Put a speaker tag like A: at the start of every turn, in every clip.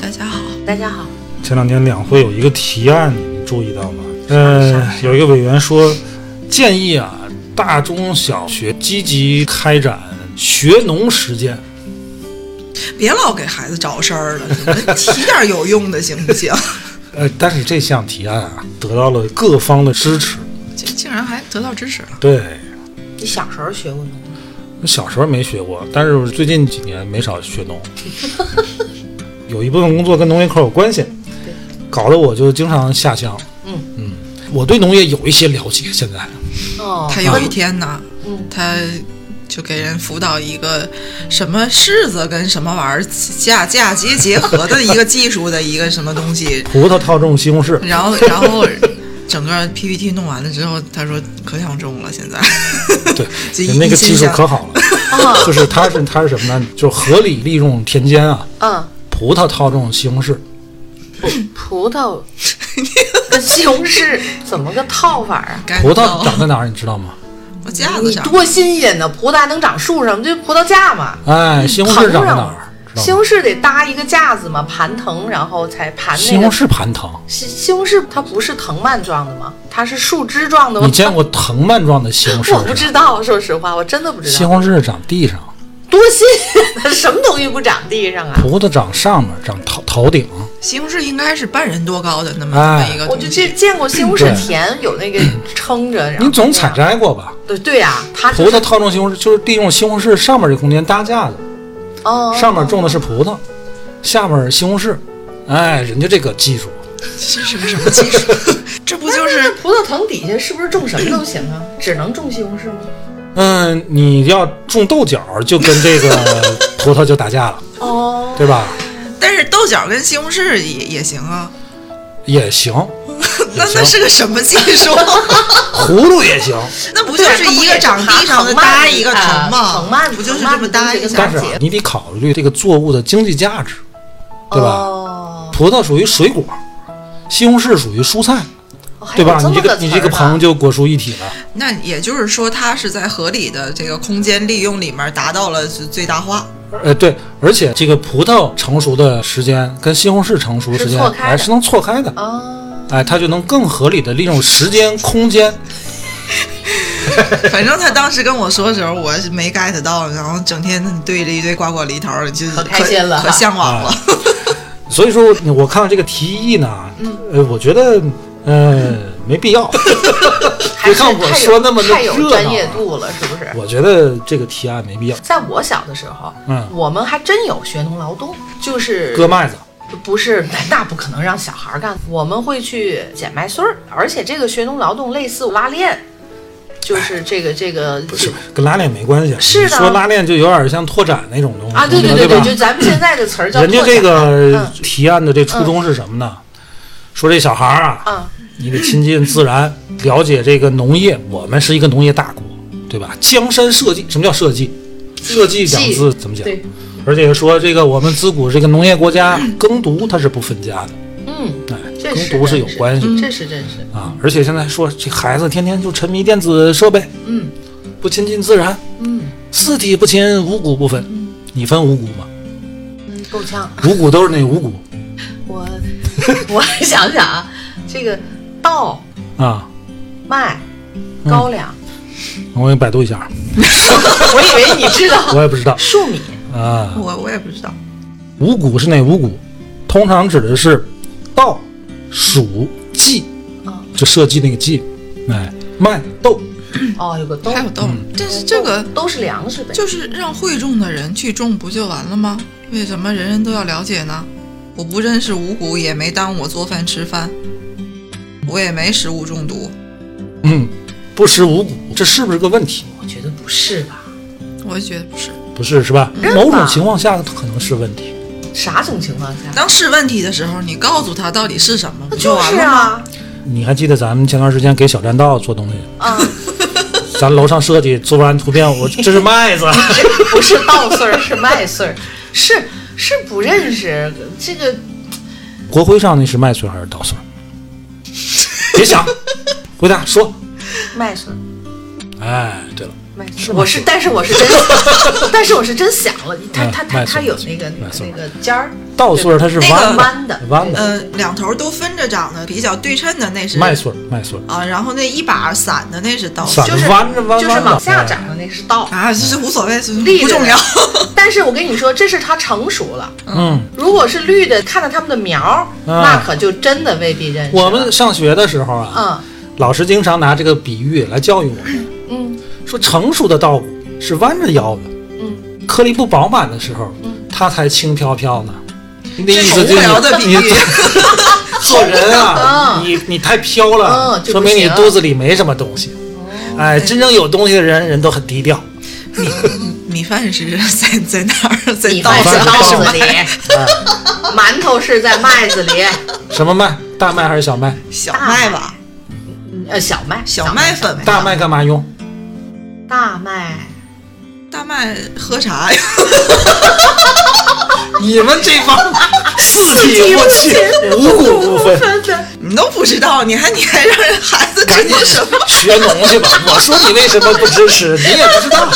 A: 大家好。
B: 大家好，
C: 前两天两会有一个提案，你们注意到吗？
B: 啥
C: 呃，有一个委员说，建议啊，大中小学积极开展学农实践。
A: 别老给孩子找事儿了，你们提点有用的行不行？
C: 呃，但是这项提案啊，得到了各方的支持。
A: 这竟然还得到支持了，
C: 对，
B: 你小时候学过农吗？
C: 我小时候没学过，但是最近几年没少学 农，有一部分工作跟农业课有关系，搞得我就经常下乡。
B: 嗯
C: 嗯，我对农业有一些了解，现在，
B: 哦
D: 他有一天呢，他就给人辅导一个什么柿子跟什么玩意儿嫁嫁接结合的一个技术的一个什么东西
C: 葡萄套种西红 柿，
D: 然后然后整个 PPT 弄完了之后，他说可想种了，现在
C: 对
D: 这，
C: 那个
D: 一
C: 技术
D: 下
C: 可好了，就是它是它是什么呢？
B: 啊
C: 就是合理利用田间啊，
B: 嗯，
C: 葡萄套种西红柿，
B: 葡萄跟西红柿怎么个套法啊？
D: 该
C: 葡萄长在哪儿你知道 吗？
D: 我架子
B: 你
D: 上，
B: 多新鲜呢！葡萄还能长树上，这葡萄架嘛，
C: 哎，西红柿
B: 嗯藤
C: 长在
B: 上啊
C: 哪
B: 嘛
C: 儿？知
B: 西
C: 道吗？
B: 红柿得搭一个架子嘛，盘藤，然后才盘
C: 西
B: 那
C: 红
B: 个。
C: 柿盘藤，
B: 西西红柿它不是藤蔓状的吗？它是树枝状的吗
C: 你？见过藤蔓状的西红
B: 我
C: 柿
B: 不
C: 吗？
B: 知道，说实话，我真的不知
C: 西
B: 道。
C: 红柿长地上。
B: 多新鲜，什么东西不长地上啊？
C: 葡萄长上面，长头头顶，
D: 西红柿应该是半人多高的那么
C: 哎
D: 那么一个
B: 我
D: 东
B: 就
D: 西，
B: 见见过西红柿田有那个撑着，然后
C: 你总采摘过吧？
B: 对对呀、它
C: 葡萄套种西红柿就是利用西红柿上面这空间搭架子，
B: 哦，
C: 上面种的是葡萄，下面是西红柿。哎，人家这个技术，
D: 这是个什么技术？ 这不就是
B: 葡萄藤底下是不是种什么都行啊？只能种西红柿吗？
C: 嗯，你要种豆角就跟这个葡萄就打架了，
B: 哦，
C: 对吧？
D: 但是豆角跟西红柿也也行啊，
C: 也行，
D: 那那是个什么技术？
C: 葫芦也行，
D: 那不就是一个长地上的搭一个藤吗？
B: 藤蔓
D: 不就是这么搭一
C: 但
D: 下
C: 是、啊
B: 了、解
C: 你得考虑这个作物的经济价值，对吧？
B: 哦，
C: 葡萄属于水果，西红柿属于蔬菜，
B: 还
C: 对吧？
B: 有
C: 你这
B: 哎么
C: 个
B: 词儿啊
C: 你这个
B: 呢
C: 棚就果蔬一体了。
D: 那也就是说，它是在合理的这个空间利用里面达到了最最大化。
C: 呃，对，而且这个葡萄成熟的时间跟西红柿成熟时
B: 是
C: 间
B: 错开的
C: 哎是能错开的，
B: 哦，
C: 哎，它就能更合理的利用时间、空间。
D: 反正他当时跟我说的时候，我是没 get 到，然后整天对着一堆瓜果梨桃，就
B: 可开心了
D: 可向往了。
C: 所以说，我看到这个提议呢，
B: 嗯
C: 呃，我觉得呃没必 要。
B: 还是
C: 你看我说那么的
B: 太有太
C: 热闹
B: 有专业
C: 啊
B: 度了，是不是？
C: 我觉得这个提案没必要。
B: 在我小的时候，
C: 嗯
B: 我们还真有学农劳动，就是
C: 割麦子，
B: 不是，那那不可能让小孩儿干。我们会去捡麦穗儿，而且这个学农劳动类似拉链，就是这个这个
C: 哎不是跟拉链没关系。啊
B: 是的
C: 你说拉链就有点像拓展那种东西
B: 啊，对
C: 对
B: 对对，
C: 吧
B: 就咱们现在的词儿叫
C: 人家这
B: 拓
C: 个嗯
B: 展
C: 提案的这初衷是什么呢？说这小孩儿啊，
B: 嗯
C: 你得亲近自然，了解这个农业。我们是一个农业大国，对吧？江山社稷，什么叫社稷？社稷两字怎么讲？
B: 对，
C: 而且说这个我们自古这个农业国家，耕读它是不分家的，
B: 嗯，
C: 哎，
B: 这
C: 耕
B: 是
C: 读是有关系
B: 这是真是，
C: 的啊。而且现在说这孩子天天就沉迷电子设备，
B: 嗯
C: 不亲近自然，
B: 嗯，
C: 四体不勤，五谷不分。你分五谷吗？
B: 嗯够呛。
C: 五谷都是那五谷
B: 我我想想啊，这个稻、
C: 啊。
B: 麦、高粱，
D: 嗯
C: 我给你百度一下，
B: 我以为你知道
C: 我也不知道
B: 粟米，
C: 啊。
D: 我我也不知道，
C: 五谷是哪五谷？通常指的是稻、黍、稷
B: 嗯，
C: 就社稷那个稷，哎，麦、豆，
B: 哦，有个豆
D: 还，有豆，但是这个
B: 都是粮食呗。
D: 就是让会种的人去种不就完了吗？为什么人人都要了解呢？我不认识五谷，也没耽误我做饭吃饭，我也没食物中毒。
C: 嗯，不食五谷，这是不是个问题？
B: 我觉得不是吧？
D: 我也觉得不是，
C: 不是，是吧
B: 认？吧
C: 某种情况下可能是问题，
B: 啥种情况下？
D: 当是问题的时候，你告诉他到底是什么，不
B: 就
D: 完
B: 是
D: 了吗？
B: 啊
C: 你还记得咱们前段时间给小栈道做东西，
B: 啊，
C: 咱楼上设计做完图片，我这是麦 子，
B: 不是稻穗儿，是麦穗儿，是是不认识这个
C: 国徽上那是麦穗还是稻穗？别想，回答说。
B: 麦穗儿。
C: 哎，对了，
B: 麦穗儿我是，但是我 是真，但是我是真想了，它它它
C: 嗯麦穗
B: 它
C: 儿
B: 有那个
C: 麦穗儿
B: 那个尖儿，
C: 稻穗儿它是
D: 那个
C: 弯的，
B: 弯的，嗯
C: 弯的，
D: 呃，两头都分着长的，比较对称的那是
C: 麦穗儿，麦穗儿，
D: 啊，然后那一把散的那是稻穗
C: 散
B: 就是
C: 的弯着弯
B: 就是
C: 弯的
B: 往下长的那是稻，
D: 啊，这是无所谓，这
B: 绿的
D: 不重要。
B: 但是我跟你说，这是它成熟了。
C: 嗯，
B: 如果是绿的，看到它们的苗儿，那可就真的未必认识了。
C: 啊我们上学的时候啊，
B: 嗯
C: 老师经常拿这个比喻来教育我们，
B: 嗯
C: 说成熟的稻谷是弯着腰的，
B: 嗯，
C: 颗粒不饱满的时候
B: 嗯，
C: 它才轻飘飘呢。你的
D: 这
C: 意
D: 是
C: 思就
D: 无
C: 是
D: 聊的比
C: 你
D: 喻
C: 你，做人啊，
B: 嗯
C: 你你太飘了，
B: 嗯就
C: 说
B: 不
C: 明你
B: 行
C: 肚子里没什么东西。哎，真正有东西的人，人都很低调。
D: 米饭是在在哪儿？在
B: 米
D: 稻
B: 饭
C: 稻
D: 子
C: 子
B: 是
C: 上
B: 稻
C: 稻
B: 子
C: 子
B: 里，
C: 哎，
B: 馒头是在麦子里，
C: 什么麦？大麦还是小麦？
D: 小麦吧，
B: 呃，小麦，
D: 小麦粉吧，
C: 大麦干嘛用？
B: 大麦，
D: 大麦喝茶 呀，
C: 你们这 帮四体
B: 我
C: 我去，五 谷不分，
B: 真的，
D: 你都不知道，你还你还让人孩子
C: 赶
B: 哎
D: 知
C: 紧
D: 道什么？
C: 学农去吧！ 我说你为什么不支持，你也不知道。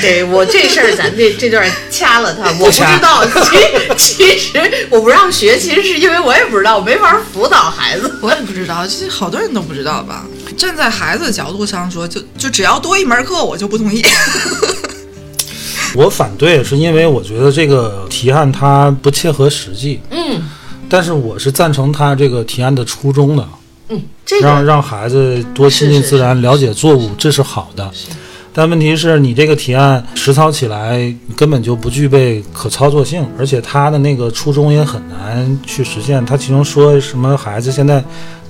B: 对我这事儿，咱这这段掐了它，我
C: 不
B: 不
C: 掐
B: 知道。其其实我不让学，其实是因为我也不知道，我没法辅导孩子。
D: 我也不知道，其实好多人都不知道吧。站在孩子的角度上说，就就只要多一门课，我就不同意。
C: 我反对是因为我觉得这个提案它不切合实际，
B: 嗯
C: 但是我是赞成他这个提案的初衷的，
B: 嗯，这
C: 让
B: 个
C: 让孩子多亲近
B: 是是
C: 自然，了解作物，这是好的。但问题是你这个提案实操起来根本就不具备可操作性，而且它的那个初衷也很难去实现。它其中说什么孩子现在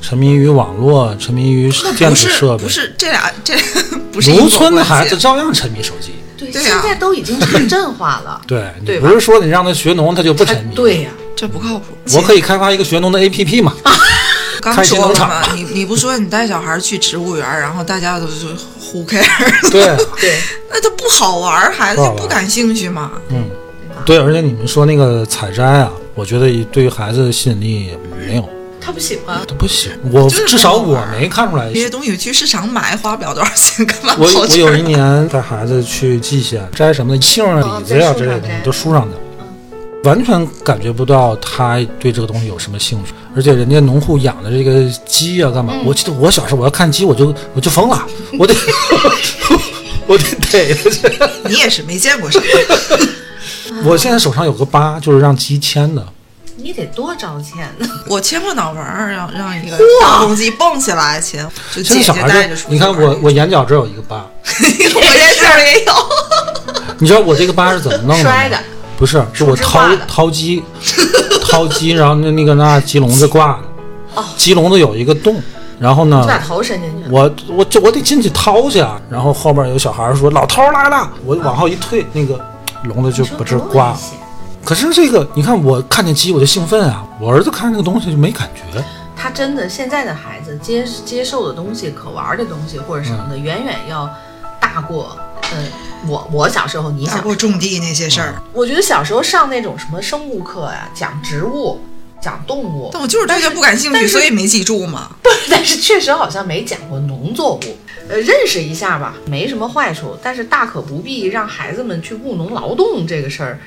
C: 沉迷于网络，沉迷于电
D: 不
C: 子
D: 是
C: 设备
D: 不，是这俩这不是
C: 农
D: 因果
C: 村的
D: 关系啊
C: 孩子照样沉迷手机。，
B: 对，
D: 对
B: 现
D: 呀
B: 在都已经城镇化了
C: 对你
B: 对
C: 不
B: 吧
C: 是说你让他学农他就不
B: 哎
C: 沉迷？，
B: 对呀，
D: 这不靠谱。
C: 我可以开发一个学农的 APP 嘛？
D: 刚
C: 开新
D: 说
C: 农
D: 了
C: 场
D: 嘛，你你不说你带小孩去植物园， 然后大家都是 who care，
C: 对啊，
B: 对，
D: 那他不好玩，孩子
C: 不
D: 就
C: 好玩
D: 不感兴趣嘛。
C: 嗯，对，而且你们说那个采摘啊，我觉得对于孩子的吸引力也没有，
B: 他不喜欢。
C: 他不行。我
D: 就是不
C: 至少
D: 好玩
C: 我
D: 儿
C: 没看出来
D: 这。些东西去市场买花不了多少钱，干嘛
C: 我
D: 跑
C: 我
D: 这
C: 有一
D: 儿？
C: 年带孩子去蓟县摘什么的杏儿啊、
B: 哦
C: 李子呀、
B: 在树
C: 之类的
B: 上
C: 东
B: 摘嗯
C: 西，都树上的，完全感觉不到他对这个东西有什么兴趣。而且人家农户养的这个鸡啊，干嘛？
B: 嗯
C: 我记得我小时候我要看鸡，我就我就疯了，我得 我得逮它
B: 啊
C: 去。
D: 你也是没见过啥，
C: 我现在手上有个疤，就是让鸡牵的。
B: 你得多招钱呢，
D: 我切过脑门儿，让让一个大公鸡蹦起来，亲，就
C: 现在
D: 姐姐
C: 小
D: 带
C: 孩
D: 着出
C: 子，
D: 去
C: 你看
D: 玩
C: 我我眼角这有一个疤，
D: 我这事儿也有，
C: 你知道我这个疤是怎么弄的吗？
B: 摔的
C: 不是，是我
B: 树枝
C: 掏
B: 挂的
C: 掏鸡，掏鸡，然后那那个那鸡笼子挂的
B: 哦，
C: 鸡笼子有一个洞，然后呢
B: 你，把头伸进去了。
C: 我我就我得进去掏去啊，然后后面有小孩说老头儿来了，我往后一退，那个笼子就
B: 你说
C: 不
B: 多
C: 知刮
B: 危
C: 了。
B: 险
C: 可是这个，你看我看见鸡我就兴奋啊，我儿子看那个东西就没感觉。
B: 他真的现在的孩子接接受的东西、可玩的东西或者什么的，
C: 嗯
B: 远远要大过嗯我我小时候你
D: 打
B: 想，
D: 过种地那些事儿，
B: 我觉得小时候上那种什么生物课呀，讲植物、讲动 物，
D: 但我就是对这不感兴
B: 但
D: 趣，
B: 是
D: 所以没记住嘛。
B: 但是确实好像没讲过农作物，呃，认识一下吧，没什么坏处，但是大可不必让孩子们去务农劳动这个事儿。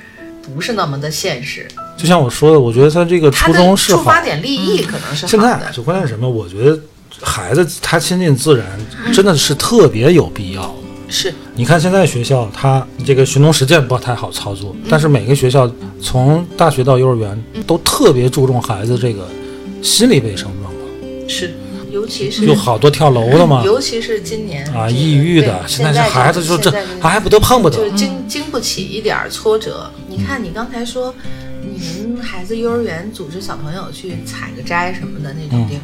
B: 不是那么的现实，
C: 就像我说的，我觉得他这个
B: 他
C: 初
B: 的
C: 衷是
B: 出
C: 好
B: 发。点利益可能是好
C: 现在
B: 的，
C: 就关键是什么？我觉得孩子他亲近自然真的是特别有必要的。
B: 是
C: 你看现在学校，它这个学农实践不太好操作，
B: 嗯
C: 但是每个学校从大学到幼儿园都特别注重孩子这个心理卫生状况，
B: 是，尤其是
C: 有好多跳楼的嘛，
B: 尤其是今年
C: 啊，
B: 这个
C: 抑郁的，
B: 嗯对
C: 现
B: 现
C: 在这
B: 这
C: 孩子就这
B: 现在这，
C: 哎，不得碰不得
B: 就，是经经不起一点儿挫折。你
C: 嗯
B: 看，你刚才说你们孩子幼儿园组织小朋友去采个摘什么的那
C: 嗯
B: 种地儿。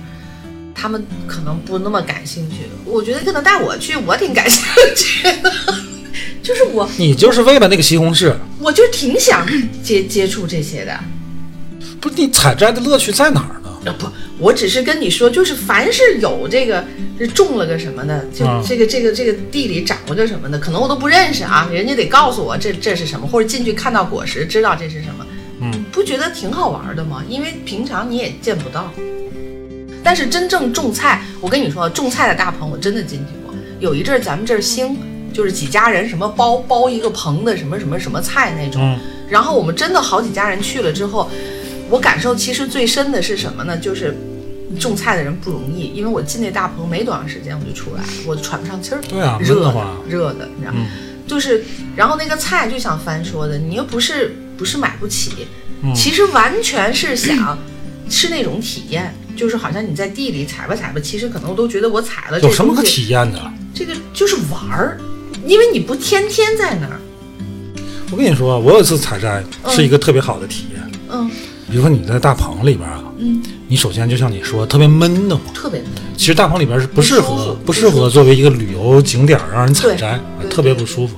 B: 他们可能不那么感兴趣，我觉得可能带我去，我挺感兴趣的。就是我，
C: 你就是为了那个西红柿，
B: 我就挺想接接触这些的。
C: 不是你采摘的乐趣在哪儿呢？
B: 啊不，我只是跟你说，就是凡是有这个是种了个什么的，就
C: 啊
B: 这个、这个这个地里长了个什么的，可能我都不认识啊，人家得告诉我这这是什么，或者进去看到果实知道这是什么，
C: 嗯，
B: 不觉得挺好玩的吗？因为平常你也见不到。但是真正种菜，我跟你说，种菜的大棚我真的进去过。有一阵儿咱们这儿兴，就是几家人什么包包一个棚的什么什么什么菜那种，
C: 嗯
B: 然后我们真的好几家人去了之后，我感受其实最深的是什么呢？就是种菜的人不容易，因为我进那大棚没多长时间我就出来了，我喘不上气儿，
C: 对啊
B: 热
C: 闷得
B: 的
C: 慌
B: 热的，你知道吗？
C: 嗯
B: 就是，然后那个菜就像帆说的，你又不是不是买不起，
C: 嗯
B: 其实完全是想 是那种体验，就是好像你在地里采吧采吧，其实可能我都觉得我采了这
C: 有什么可
B: 东西
C: 体验的？
B: 这个就是玩儿，因为你不天天在那儿，
C: 我跟你说，我有一次采摘
B: 嗯
C: 是一个特别好的体验。
B: 嗯，
C: 比如说你在大棚里边啊，
B: 嗯，
C: 你首先就像你说，特别闷的慌。
B: 特别美
C: 其实大棚里边是不适
B: 不舒
C: 合
B: 服
C: 不适合作为一个旅游景点儿让人采摘，啊
B: 对
C: 特别不舒服。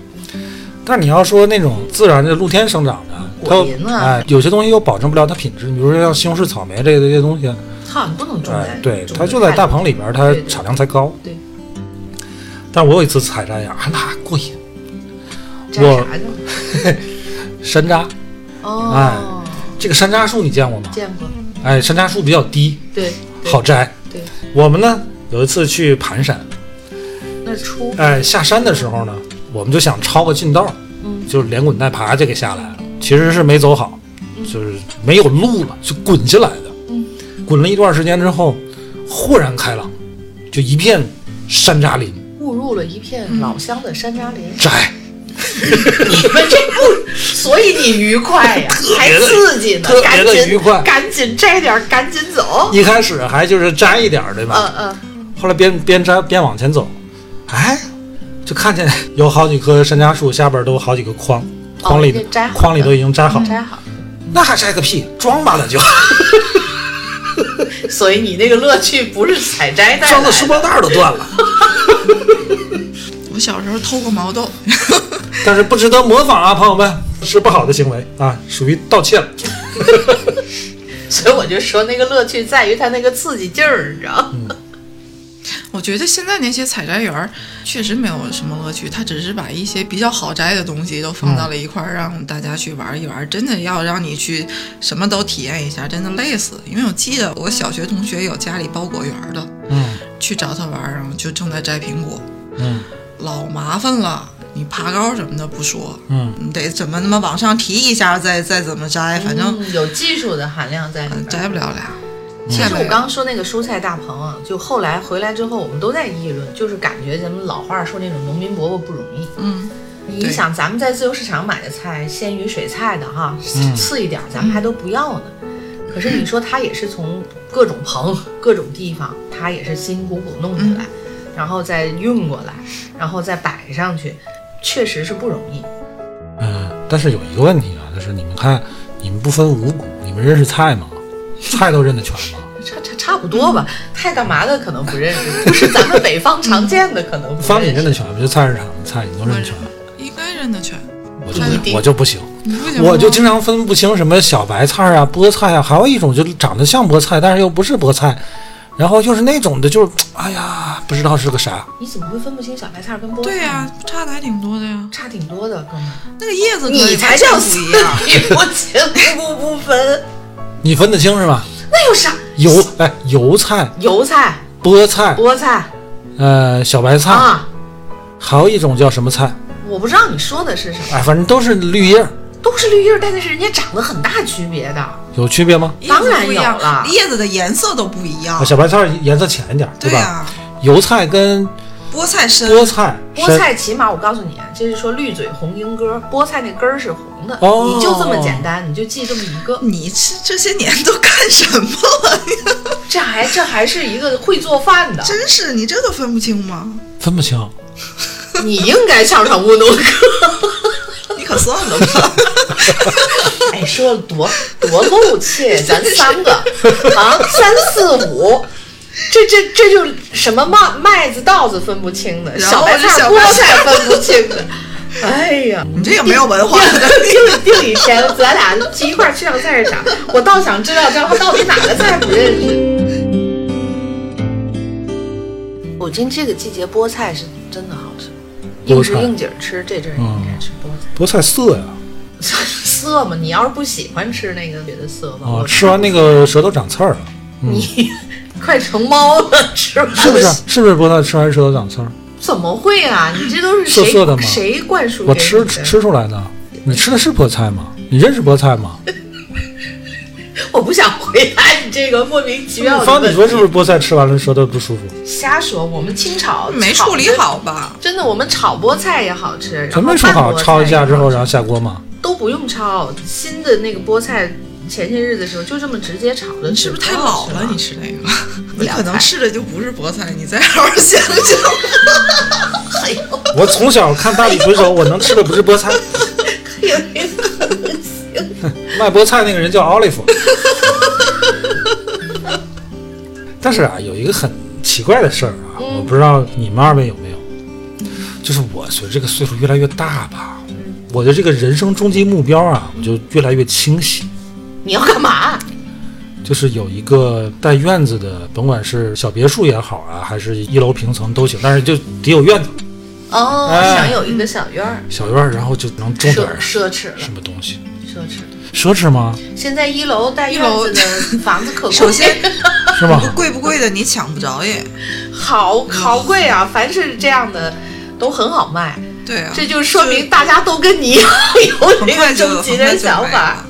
C: 但你要说那种自然的露天生长的，它
B: 果林啊
C: 哎，有些东西又保证不了它品质。你比如说像西红柿、草莓这类的这些东西，啊
B: 它好像不能种在、
C: 哎，对，
B: 种
C: 它就在
B: 菜
C: 大棚里边，它
B: 对对
C: 产量才高。
B: 对
C: 但我有一次采摘呀，啊，那过瘾，
B: 摘
C: 我
B: 啥去了？
C: 山楂。哎
B: 哦，
C: 这个山楂树你见过吗？
B: 见过，
C: 哎，山楂树比较低，
B: 对，对
C: 好，摘。
B: 对，
C: 我们呢有一次去盘山，
B: 那出
C: 哎，下山的时候呢，我们就想抄个近道，
B: 嗯
C: 就是连滚带爬就给下来了。其实是没走好，就是没有路了，就滚下来的。
B: 嗯
C: 滚了一段时间之后，豁然开朗，就一片山楂林，
B: 误入了一片老乡的山楂林，
C: 摘
B: 你们这不， 所以你愉快呀，还刺激呢，
C: 特别
B: 赶
C: 的
B: 紧
C: 愉快
B: 赶紧摘点儿，赶紧走。
C: 一开始还就是摘一点儿，对吧？
B: 嗯嗯，
C: 后来边边摘边往前走，哎，就看见有好几棵山楂树下边都有好几个筐，筐里、
B: 哦已经摘好了嗯
C: 筐里都已经摘好，
B: 摘好。
C: 那还摘个屁，装吧那就
B: 所以你那个乐趣不是采摘带
C: 装
B: 来
C: 的书包袋儿都断了。
D: 我小时候偷过毛 豆，
C: 但是不值得模仿啊，朋友们，是不好的行为啊，属于盗窃了。
B: 所以我就说那个乐趣在于它那个刺激劲儿，你知道？
C: 嗯
D: 我觉得现在那些采摘园儿确实没有什么乐趣，它只是把一些比较好摘的东西都放到了一块儿，让大家去玩一玩。真的要让你去什么都体验一下，真的累死。因为我记得我小学同学有家里包果园儿的，
C: 嗯
D: 去找他玩儿，然后就正在摘苹果，
C: 嗯
D: 老麻烦了。你爬高什么的不说，
C: 嗯，
D: 你得怎么那么往上提一下，再再怎么摘，反正、
B: 嗯有技术的含量在里
D: 呃
B: 面。
D: 摘不了俩。
B: 其
D: 下
B: 实
D: 边
B: 我刚刚说那个蔬菜大棚啊，就后来回来之后，我们都在议论，就是感觉咱们老话说那种农民伯伯不容易。
D: 嗯，
B: 你
D: 对
B: 想，咱们在自由市场买的菜，鲜鱼水菜的哈，
C: 嗯
B: 次一点儿咱们还都不要呢。可是你说他也是从各种棚、各种地方，他也是辛辛苦苦弄起来，然后再运过来，然后再摆上去，确实是不容易。
C: 嗯，但是有一个问题啊，就是你们看，你们不分五谷，你们认识菜吗？菜都认得全吗？
B: 差差差不多吧，太干嘛的可能不认识，不是咱们北方常见的可能不
C: 方你认
B: 认识。
C: 得全吗？就菜市场的菜你都认得全，
D: 应该认得全，
C: 我就
D: 那你
C: 不
B: 得
C: 我就不行。
D: 你不行吗
C: 我就经常分不清什么小白菜啊、菠菜啊，还有一种就是长得像菠菜，但是又不是菠菜，然后又是那种的，就是哎呀，不知道是个啥。
B: 你怎么会分不清小白菜跟菠菜？
D: 对呀、差的还挺多的呀。
B: 差挺多的，哥们儿。
D: 那个叶子可以
B: 你才啊叫
D: 完全
B: 死
D: 不一样。
B: 你不清不不分，
C: 你分得清是吧？
B: 那有啥？
C: 油哎，油菜、
B: 油菜、
C: 菠菜、
B: 菠菜
C: 呃，小白菜，
B: 啊，
C: 还有一种叫什么菜？
B: 我不知道你说的是什么，
C: 哎，反正都是绿叶儿，
B: 都是绿叶儿，但是人家长得很大区别的。
C: 有区别吗？
D: 叶子
B: 当然
D: 不一样
B: 有了
D: 叶子的颜色都不一样
C: 啊，。小白菜颜色浅一点，
D: 对
C: 吧？
D: 呀、
C: 油菜跟
D: 菠菜深，
C: 菠菜，
B: 菠菜起码我告诉你，这是说绿嘴红缨歌，菠菜那根儿是红的，
C: 哦
B: 你就这么简单，你就记这么一个。
D: 你这这些年都干什么了？
B: 这还这还是一个会做饭的，
D: 真是你这都分不清吗？
C: 分不清。
B: 你应该上上务农课。
D: 你可算了吧！
B: 哎，说了多多露怯，咱三个啊，三四五，这这这就什么麦麦子稻子分不清的，
D: 然后
B: 白
D: 是
B: 菜
D: 小
B: 菠
D: 白
B: 菜分不清的，哎呀，
A: 你这个没有文化。
B: 定定理神，咱俩去一块儿去趟菜市场，我倒想知道张浩到底哪个菜不认识。我今这个季节菠菜是真的好吃，应时
C: 菠菜嗯
B: 应景儿吃，这阵儿应该吃菠菜。
C: 菠菜涩呀，
B: 涩吗？你要是不喜欢吃那个，觉得涩吗？
C: 啊，
B: 我
C: 吃完那个舌头长刺儿了，啊
B: 你快成猫了，吃完了
C: 是不是？是不是菠菜吃完舌头长刺儿？
B: 怎么会啊？你这都是
C: 涩
B: 谁
C: 涩的吗
B: 谁灌输给
C: 我
B: 你
C: 吃
B: 的
C: 吃出来的。你吃的是菠菜吗？你认识菠菜吗？
B: 我不想回答你这个莫名其妙的
C: 方，
B: 问
C: 你
B: 题。
C: 说是不是菠菜吃完了舌头不舒服？
B: 瞎说，我们清炒
D: 没
B: 炒
D: 处理
B: 的
D: 好吧？
B: 真的，我们炒菠菜也好吃，然后
C: 咱没说好
B: 拌菠菜
C: 焯一下之后，
B: 也
C: 然
B: 好
C: 后下锅嘛。
B: 吃都不用焯，新的那个菠菜，前些日子的时候就这么直接炒着吃，
D: 你是不是太老了？你吃那个，
B: 不
D: 你
B: 了
D: 可能
B: 解
D: 吃的就不是菠菜，你再好好想想。
B: 哎呦，
C: 我从小看《大力水手》，我能吃的不是菠菜。
B: 有点恶心
C: 卖菠菜那个人叫 Olive。但是啊，有一个很奇怪的事儿啊，我不知道你们二位有没有，就是我随着这个岁数越来越大吧，我的这个人生终极目标啊，我就越来越清晰。
B: 你要干嘛？
C: 就是有一个带院子的，甭管是小别墅也好啊，还是一楼平层都行，但是就得有院子、
B: 哦，
C: 哎
B: 想有一个小院儿，
C: 小院儿，然后就能种点
B: 奢
C: 儿
B: 奢侈了
C: 什，么东西，
B: 奢侈。
C: 奢侈吗？
B: 现在一楼带
D: 一
B: 院
D: 楼
B: 子的 房子可 贵，
D: 首先
C: 是 吗？
D: 贵不贵的你抢不着耶。
B: 好
D: 嗯
B: 好贵啊！凡是这样的都很好卖，
D: 对啊，
B: 这就说明大家都跟你一样有
D: 很
B: 这
D: 快
B: 个
D: 就
B: 终极
D: 很
B: 的
D: 快就
B: 想
D: 买
B: 法
D: 了。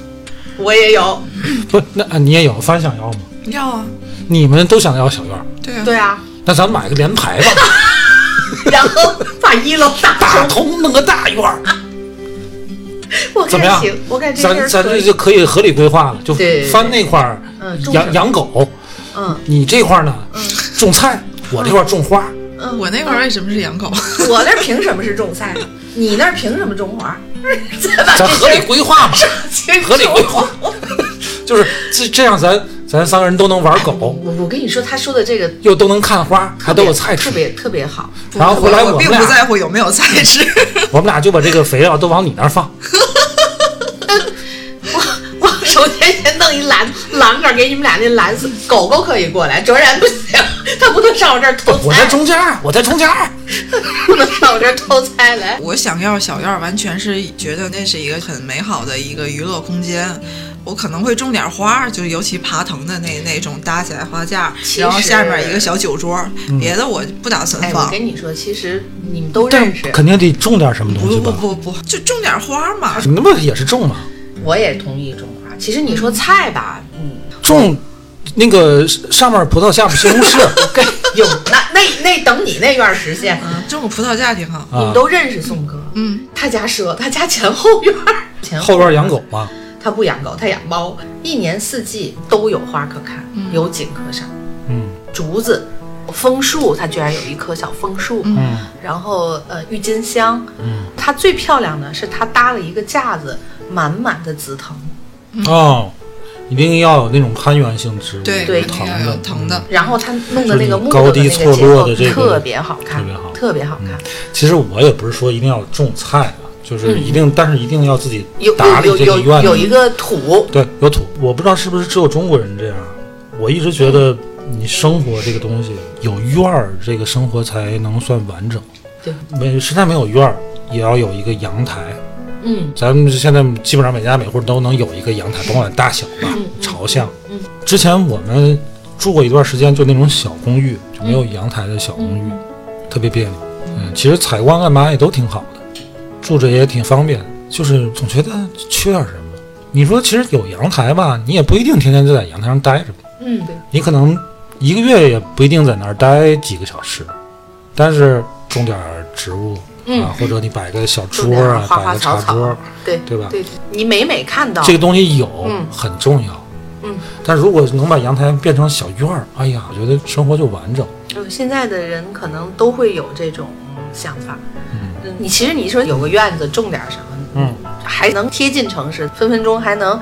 B: 我也有，
C: 不，那啊你也有，翻想要吗？
D: 要啊，
C: 你们都想要小院儿，
D: 对啊，
B: 对啊，
C: 那咱买个连排吧，
B: 然后把一楼打
C: 大
B: 成，
C: 通弄个大院 儿，
B: 我
C: 怎么
B: 看
C: 样
B: 行，我看这事
C: 咱
B: 儿
C: 咱
B: 可
C: 这
B: 以
C: 就可以合理规划了，就
B: 对对对
C: 翻那块儿
B: 嗯种植
C: 养养狗，
B: 嗯
C: 你这块儿呢种菜，我这块儿种花，
B: 嗯，
D: 我那块儿为什么是养狗？
B: 我那儿凭什么是种菜？你那儿凭什么种花？ 咱把
C: 咱
B: 这
C: 合理规划嘛，
B: 清楚
C: 合理规划， 就是这这样咱咱三个人都能玩狗，
B: 我我跟你说，他说的这个
C: 又都能看花，还都有菜
B: 特
C: 吃，
B: 别特别好。
C: 然后回来
D: 我
C: 我
D: 并
C: 们
D: 不
C: 俩
D: 在乎有没有菜吃。
C: 我们俩就把这个肥料都往你那儿放，
B: 我首先先弄一栏栏杆儿给你们俩那栏死，狗狗可以过来，卓然不行，它不能上我这儿偷
C: 我在
B: 菜，
C: 中间，我在中间，
B: 不能上我这儿偷菜来。
D: 我想要小院儿，完全是觉得那是一个很美好的一个娱乐空间。我可能会种点花儿，就尤其爬藤的那那种搭起来花架，
B: 其
D: 然后
B: 实
D: 下面一个小酒桌，
C: 嗯
D: 别的我不打算
B: 哎，我
D: 放。
B: 跟你说，其实你们都
C: 但
B: 认识，
C: 肯定得种点什么东
D: 不
C: 西
D: 不
C: 吧？
D: 不不，就种点花儿嘛。
C: 你那不也是种吗？
B: 我也同意种花。其实你说菜吧，嗯，
C: 种那个上面葡萄下面西红柿
B: 跟有那那那等你那院儿实现，
D: 嗯，种个葡萄架挺好。
B: 你
C: 啊
B: 们，都认识宋哥，
D: 嗯，
B: 他家蛇，他家前后院儿，前
C: 后边养狗嘛，
B: 他不养狗，他养猫，一年四季都有花可看，有景可赏。
C: 嗯
B: 竹子、枫树，它居然有一棵小枫树，
C: 嗯
B: 然后呃郁金香，
C: 嗯
B: 它最漂亮的是它搭了一个架子，满满的紫藤，
C: 哦，一定要有那种攀援性植物，
D: 对，
B: 对
D: 一定
C: 藤
D: 要有
C: 的
D: 藤的。
B: 然后它弄的那个木头
C: 高
B: 的那
C: 低
B: 个结
C: 错落
B: 构
C: 的这个
B: 特别好看，
C: 特别好嗯
B: 看，
C: 其实我也不是说一定要种菜啊，就是一定，但是一定要自己
B: 有
C: 打理
B: 有
C: 这个
B: 有有
C: 院
B: 有一
C: 子。
B: 个土，
C: 对，有土，我不知道是不是只有中国人这样。我一直觉得，你生活这个东西有院儿，这个生活才能算完整。
B: 对，
C: 没实在没有院儿，也要有一个阳台。
B: 嗯，
C: 咱们现在基本上每家每户都能有一个阳台，甭管大小
B: 嗯
C: 吧，朝向。之前我们住过一段时间，就那种小公寓，就没有阳台的小公
B: 嗯
C: 寓，特别别扭。嗯，其实采光干嘛也都挺好的，住着也挺方便，就是总觉得缺点什么。你说其实有阳台吧，你也不一定天天就在阳台上待着，
B: 嗯，对，
C: 你可能一个月也不一定在那儿待几个小时，但是种点儿植物。
B: 嗯
C: 啊，或者你摆个小桌
B: 种点
C: 啊，
B: 花花
C: 摆个
B: 草
C: 茶桌，
B: 草，对
C: 对吧
B: 对，你每每看到
C: 嗯这个东西有、
B: 啊嗯
C: 很重要。
B: 嗯，
C: 但如果能把阳台变成小院儿，哎呀，我觉得生活就完整。
B: 就呃现在的人可能都会有这种想法。嗯，你其实你说有个院子种点什么，
C: 嗯，
B: 还能贴近城市，分分钟还能，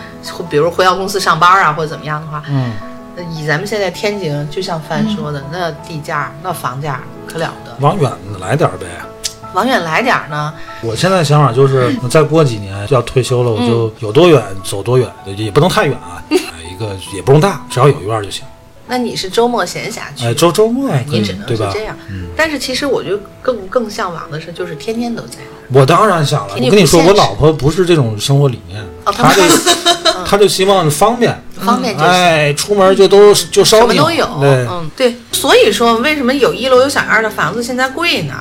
B: 比如回到公司上班啊，或者怎么样的话，
C: 嗯，
B: 那以咱们现在天津，就像范说的，那地价、那房价可了不得。
C: 往远的来点儿呗。
B: 往远来点儿呢，
C: 我现在想法 就是，再过几年要退休了，我
B: 嗯
C: 就有多远走多远，也不能太远啊，买一个也不用大，只要有院儿就行。
B: 那你是周末闲暇去，
C: 哎，周周末可
B: 你
C: 以
B: 只能
C: 对
B: 是
C: 吧？嗯
B: 这样。但是其实我觉得更更向往的是，就是天天都在。
C: 我当然想了，
B: 天
C: 我
B: 天
C: 跟你
B: 不
C: 说，
B: 现
C: 我
B: 实
C: 老婆不是这种生活理念，
B: 哦
C: 她
B: 她
C: 就 她就希望方便，
B: 方便就行。
C: 哎，出门就都就烧
B: 什么
C: 饼，
B: 都有，
C: 对。
B: 嗯，对，所以说为什么有一楼有小院的房子现在贵呢？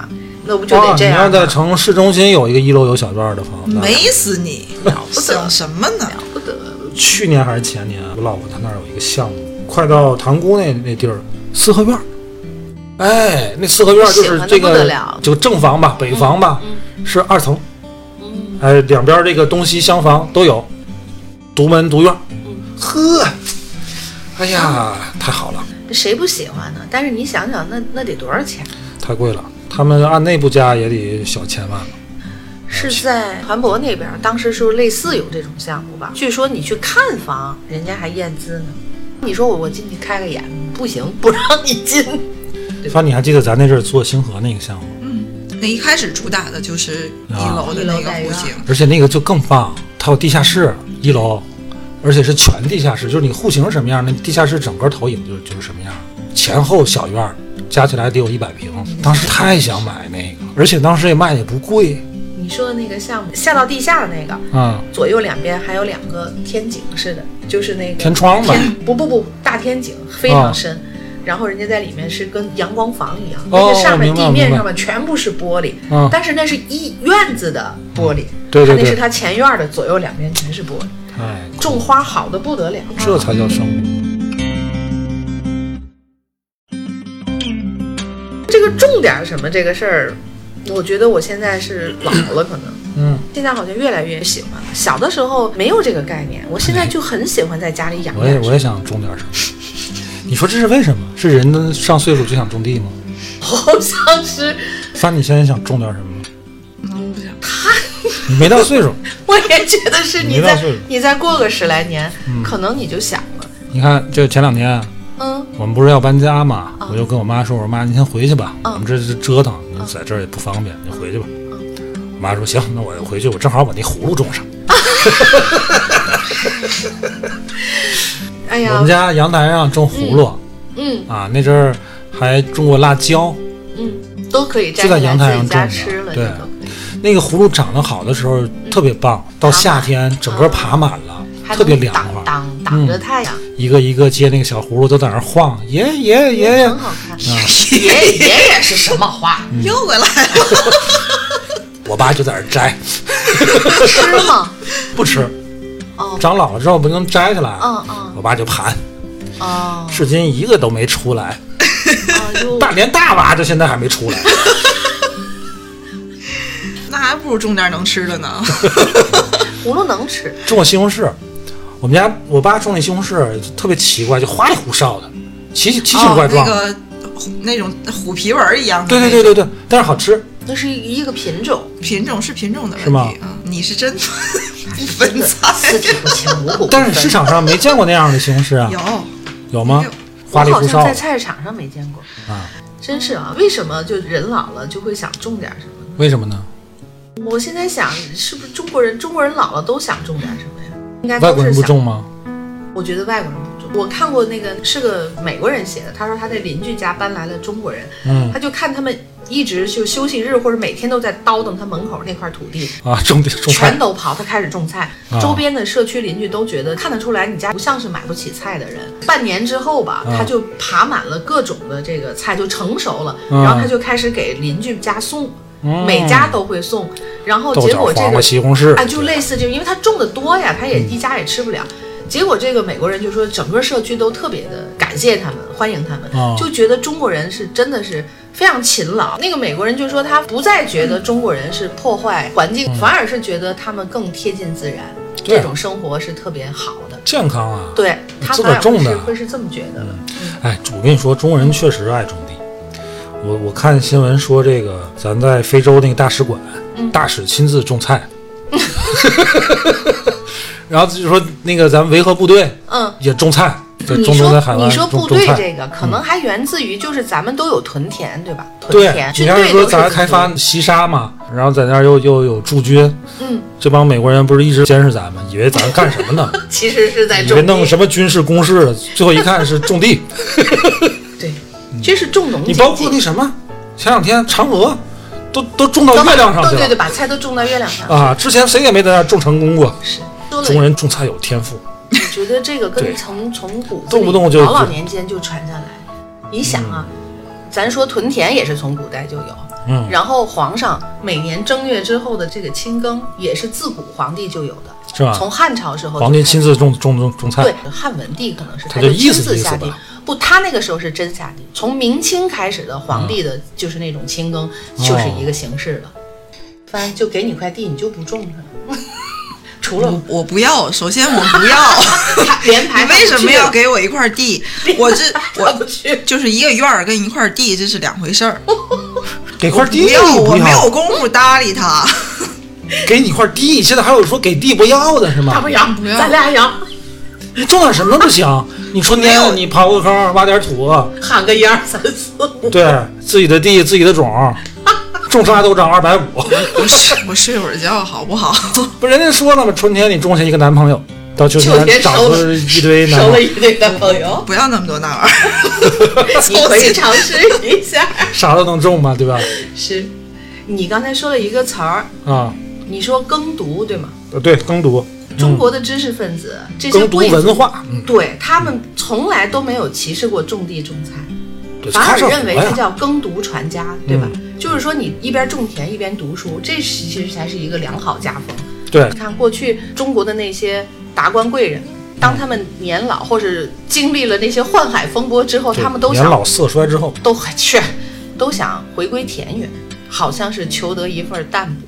B: 那不就
C: 哇
B: 得这
C: 啊你要
B: 样
C: 在
B: 吗？
C: 城市中心有一个一楼有小院儿的房子，
A: 美死你！
B: 了不得
A: 想什么呢？
B: 了不得，
C: 去年还是前年，我老婆她那儿有一个项目，快到塘沽那那地儿，四合院儿。哎，那四合院儿就是
B: 喜欢得
C: 这
B: 不得
C: 个
B: 了
C: 就正房吧，北房吧，是二层，
B: 嗯，
C: 哎，两边这个东西厢房都有，独门独院儿。呵，哎呀，太好了，
B: 谁不喜欢呢？但是你想想，那那得多少钱？
C: 太贵了。他们按内部价也得小千万了。
B: 是在船舶那边，当时是不是类似有这种项目吧？据说你去看房，人家还验资呢。你说我我进去开个眼，不行，不让你进。
C: 反正你还记得咱那阵儿做星河那个项目，
D: 那一开始主打的就是一
C: 啊
D: 楼的
B: 一
D: 那
B: 楼
D: 个
B: 带
D: 户
B: 院
D: 型，
C: 而且那个就更棒，它有地下室一楼，而且是全地下室，就是你户型是什么样，那地下室整个投影就是就是什么样，前后小院儿加起来得有一百平，当时太想买那个，而且当时也卖的也不贵，
B: 你说的那个项目下到地下的那个，
C: 啊、
B: 左右两边还有两个天井似的，就是那个
C: 天窗吧
B: 天不不不，大天井非常深。然后人家在里面是跟阳光房一样，
C: 哦
B: 那个上面
C: 明白
B: 地面
C: 明白
B: 上面全部是玻璃，
C: 嗯
B: 但是那是一院子的玻璃，
C: 对对
B: 它那是
C: 对，
B: 它前院的左右两边全是玻璃，
C: 哎，
B: 种花好的不得了。
C: 这才叫生活。
B: 这个种点儿什么这个事儿，我觉得我现在是老了，可能
C: 嗯，
B: 现在好像越来越喜欢了。小的时候没有这个概念，我现在就很喜欢在家里养
C: 我
B: 点
C: 也
B: 儿什
C: 我
B: 么。
C: 也想种点什么，你说这是为什么？是人的上岁数就想种地吗？
B: 好像是
C: 翻，你现在想种点什么吗？
D: 嗯，不想
C: 你没到岁数，
B: 我也觉得是
C: 没
B: 你
C: 到
B: 再
C: 岁数
B: 你再过个十来年，
C: 嗯
B: 可能你就想了，
C: 你看就前两天。啊
B: 嗯，啊
C: 我们不是要搬家嘛，我就跟我妈说：“我说妈，你先回去吧，
B: 嗯
C: 我们这是折腾，
B: 啊
C: 你在这儿也不方便，你回去吧。”我妈说：“行，那我回去，我正好把那葫芦种上。我
B: 哎呀
C: 们，家阳台上种葫芦、
B: 嗯
C: 啊，那阵儿还种过辣椒。
B: 嗯，都可以摘
C: 就在
B: 下
C: 阳台
B: 来
C: 上
B: 自己家
C: 种的
B: 吃了，
C: 对
B: 这都可以
C: 那个葫芦长得好的时候
B: 嗯
C: 特别棒，到夏天整个爬满了，
B: 啊还
C: 特别
B: 能
C: 凉
B: 挡
C: 快。嗯
B: 挡挡着 太阳，
C: 一个一个接那个小葫芦都在那儿晃，爷爷爷爷
B: 嗯很，好看。爷爷爷是什么花？
C: 嗯
D: 又回来了。
C: 我爸就在那儿摘，
B: 吃吗？
C: 不吃。
B: 哦
C: 长老了之后不能摘下来，
B: 嗯嗯
C: 我爸就盘，
B: 哦，
C: 至今一个都没出来。
B: 哎 呦
C: 大连大娃这现在还没出来，
D: 那还不如种点能吃的呢。
B: 葫芦能吃，
C: 种了西红柿。我们家我爸种那西红柿特别奇怪，就花里胡哨的，奇奇形怪状。
D: 哦、那个虎那种虎皮纹儿一样的
C: 对
D: 那
C: 对
D: 种，
C: 对对对，但是好吃。
B: 那是一个 品种，
D: 品种是品种的
C: 是
D: 问
C: 吗
D: 题啊、嗯你是真不分菜。
B: 四体不勤，五谷不
C: 但是市
B: 分。
C: 场上没见过那样的西红柿啊，
D: 有
C: 有吗
D: 有？
C: 花里
B: 我好
C: 胡
B: 像
C: 哨
B: 在菜市场上没见过，
C: 啊？
B: 真是啊！为什么就人老了就会想种点什么？
C: 为什么呢？
B: 我现在想，是不是中国人中国人老了都想种点什么呀？应该都
C: 外
B: 是
C: 国人不
B: 想
C: 种吗？
B: 我觉得外国人不种。我看过那个是个美国人写的，他说他的邻居家搬来了中国人，
C: 嗯
B: 他就看他们一直就休息日或者每天都在叨腾他门口那块土地，
C: 啊，种地种
B: 全
C: 菜
B: 都刨，他开始种菜
C: 啊。
B: 周边的社区邻居都觉得看得出来，你家不像是买不起菜的人。半年之后吧，
C: 啊
B: 他就爬满了各种的这个菜，就成熟了，
C: 嗯
B: 然后他就开始给邻居家送，
C: 嗯
B: 每家都会送。然后
C: 豆
B: 结
C: 角、
B: 果这
C: 黄瓜、
B: 个
C: 西红柿
B: 啊，就类似这种，因为他种的多呀，他也一家也吃不了。结果这个美国人就说，整个社区都特别的感谢他们，欢迎他们，
C: 哦
B: 就觉得中国人是真的是非常勤劳。那个美国人就说，他不再觉得中国人是破坏环境，反而是觉得他们更贴近自然，
C: 嗯对
B: 这种生活是特别好的。
C: 健康啊。
B: 对他
C: 自个
B: 反
C: 儿
B: 而
C: 种
B: 会是
C: 的
B: 会是这么觉得的。
C: 哎，我跟你说，中国人确实爱种地。我我看新闻说，这个咱在非洲那个大使馆，
B: 嗯
C: 大使亲自种菜， 然后就说那个咱维和部队
B: 嗯，
C: 也种菜，在
B: 你
C: 中东
B: 说
C: 在海外
B: 你说
C: 种
B: 部
C: 种
B: 队
C: 菜嗯
B: 这个，可能还源自于就是咱们都有屯田，对吧？屯
C: 对
B: 田，，
C: 你
B: 军
C: 刚才
B: 队
C: 说
B: 都
C: 咱
B: 是
C: 开发西沙嘛，然后在那儿又又有驻军，
B: 嗯，
C: 这帮美国人不是一直监视咱们，以为咱干什么 呢？
B: 其实是在
C: 以为
B: 哎种
C: 弄
B: 地，
C: 什么军事攻势，最后一看是种地。
B: 对，这是种农
C: 嗯你
B: 经济。
C: 包括那什么，前两天嫦娥都都种到
B: 都把
C: 月亮上去
B: 对对对，
C: 了
B: 把菜都种到月亮上。
C: 啊！之前谁也没在那儿种成功过。
B: 是，说
C: 中国
B: 了，
C: 人种菜有天赋，
B: 我觉得这个
C: 对
B: 跟从从骨子
C: 动
B: 里
C: 不动就
B: 老老年间就传下来。你想啊，咱说屯田也是从古代就有，
C: 嗯，
B: 然后皇上每年正月之后的这个亲耕也是自古皇帝就有的，
C: 是吧？
B: 从汉朝时候就
C: 皇帝
B: 开始
C: 亲自种种种种菜
B: 对，，汉文帝可能是
C: 他就
B: 就
C: 意
B: 亲
C: 思
B: 自
C: 意思
B: 下
C: 吧
B: 地，不，他那个时候是真下地。从明清开始的皇
C: 嗯
B: 帝的，就是那种清
C: 哦
B: 耕，就是一个形式了。反正就给你块地，你就不种它， 除了
C: 嗯
D: 我我不要，首先我不要，
B: 连排
D: 你为什么要给我一块地？我这
B: 我不
D: 我
B: 去？
D: 就是一个院儿跟一块地，这是两回事儿。
C: 给块地
D: 不要，我
C: 不
D: 没有
C: 要，
D: 功夫搭理他。
C: 给你块地，现在还有说给地不要的是
B: 他
C: 吗
B: 不？养
D: 不，要
B: 咱俩养，
C: 你种点什么不行？你春
D: 没有
C: 天你刨个坑，挖点土，
B: 喊个一二三四五。
C: 对自己的地自己的种儿，种啥都涨二百五。
D: 我睡我睡会儿觉好不好？
C: 不，人家说了吗？春天你种下一个男朋友，到秋
B: 秋天
C: 长
B: 收
C: 出
B: 了
C: 一堆男
B: 收
C: 朋
B: 了
C: 友，
B: 一堆男 朋友，
D: 不要那么多那玩意儿。
B: 你可以尝试一下。
C: 啥都能种嘛，对吧？
B: 是，你刚才说了一个词儿，
C: 啊，
B: 你说耕读对吗？
C: 呃对，耕读，嗯
B: 中国的知识分子，这些
C: 耕读
B: 贵族
C: 文化，嗯，嗯
B: 对他们从来都没有歧视过种地种菜，
C: 对，
B: 反
C: 他
B: 而
C: 是
B: 认为
C: 活哎
B: 这
C: 呀嗯
B: 叫耕读传家，对吧？就是说你一边种田一边读书，这其实才是一个良好家风。
C: 对
B: 你看过去中国的那些达官贵人，当他们年老或者经历了那些宦海风波之后，
C: 对
B: 他们都
C: 年
B: 想
C: 老色衰之后，
B: 都去，都想回归田园，好像是求得一份淡泊。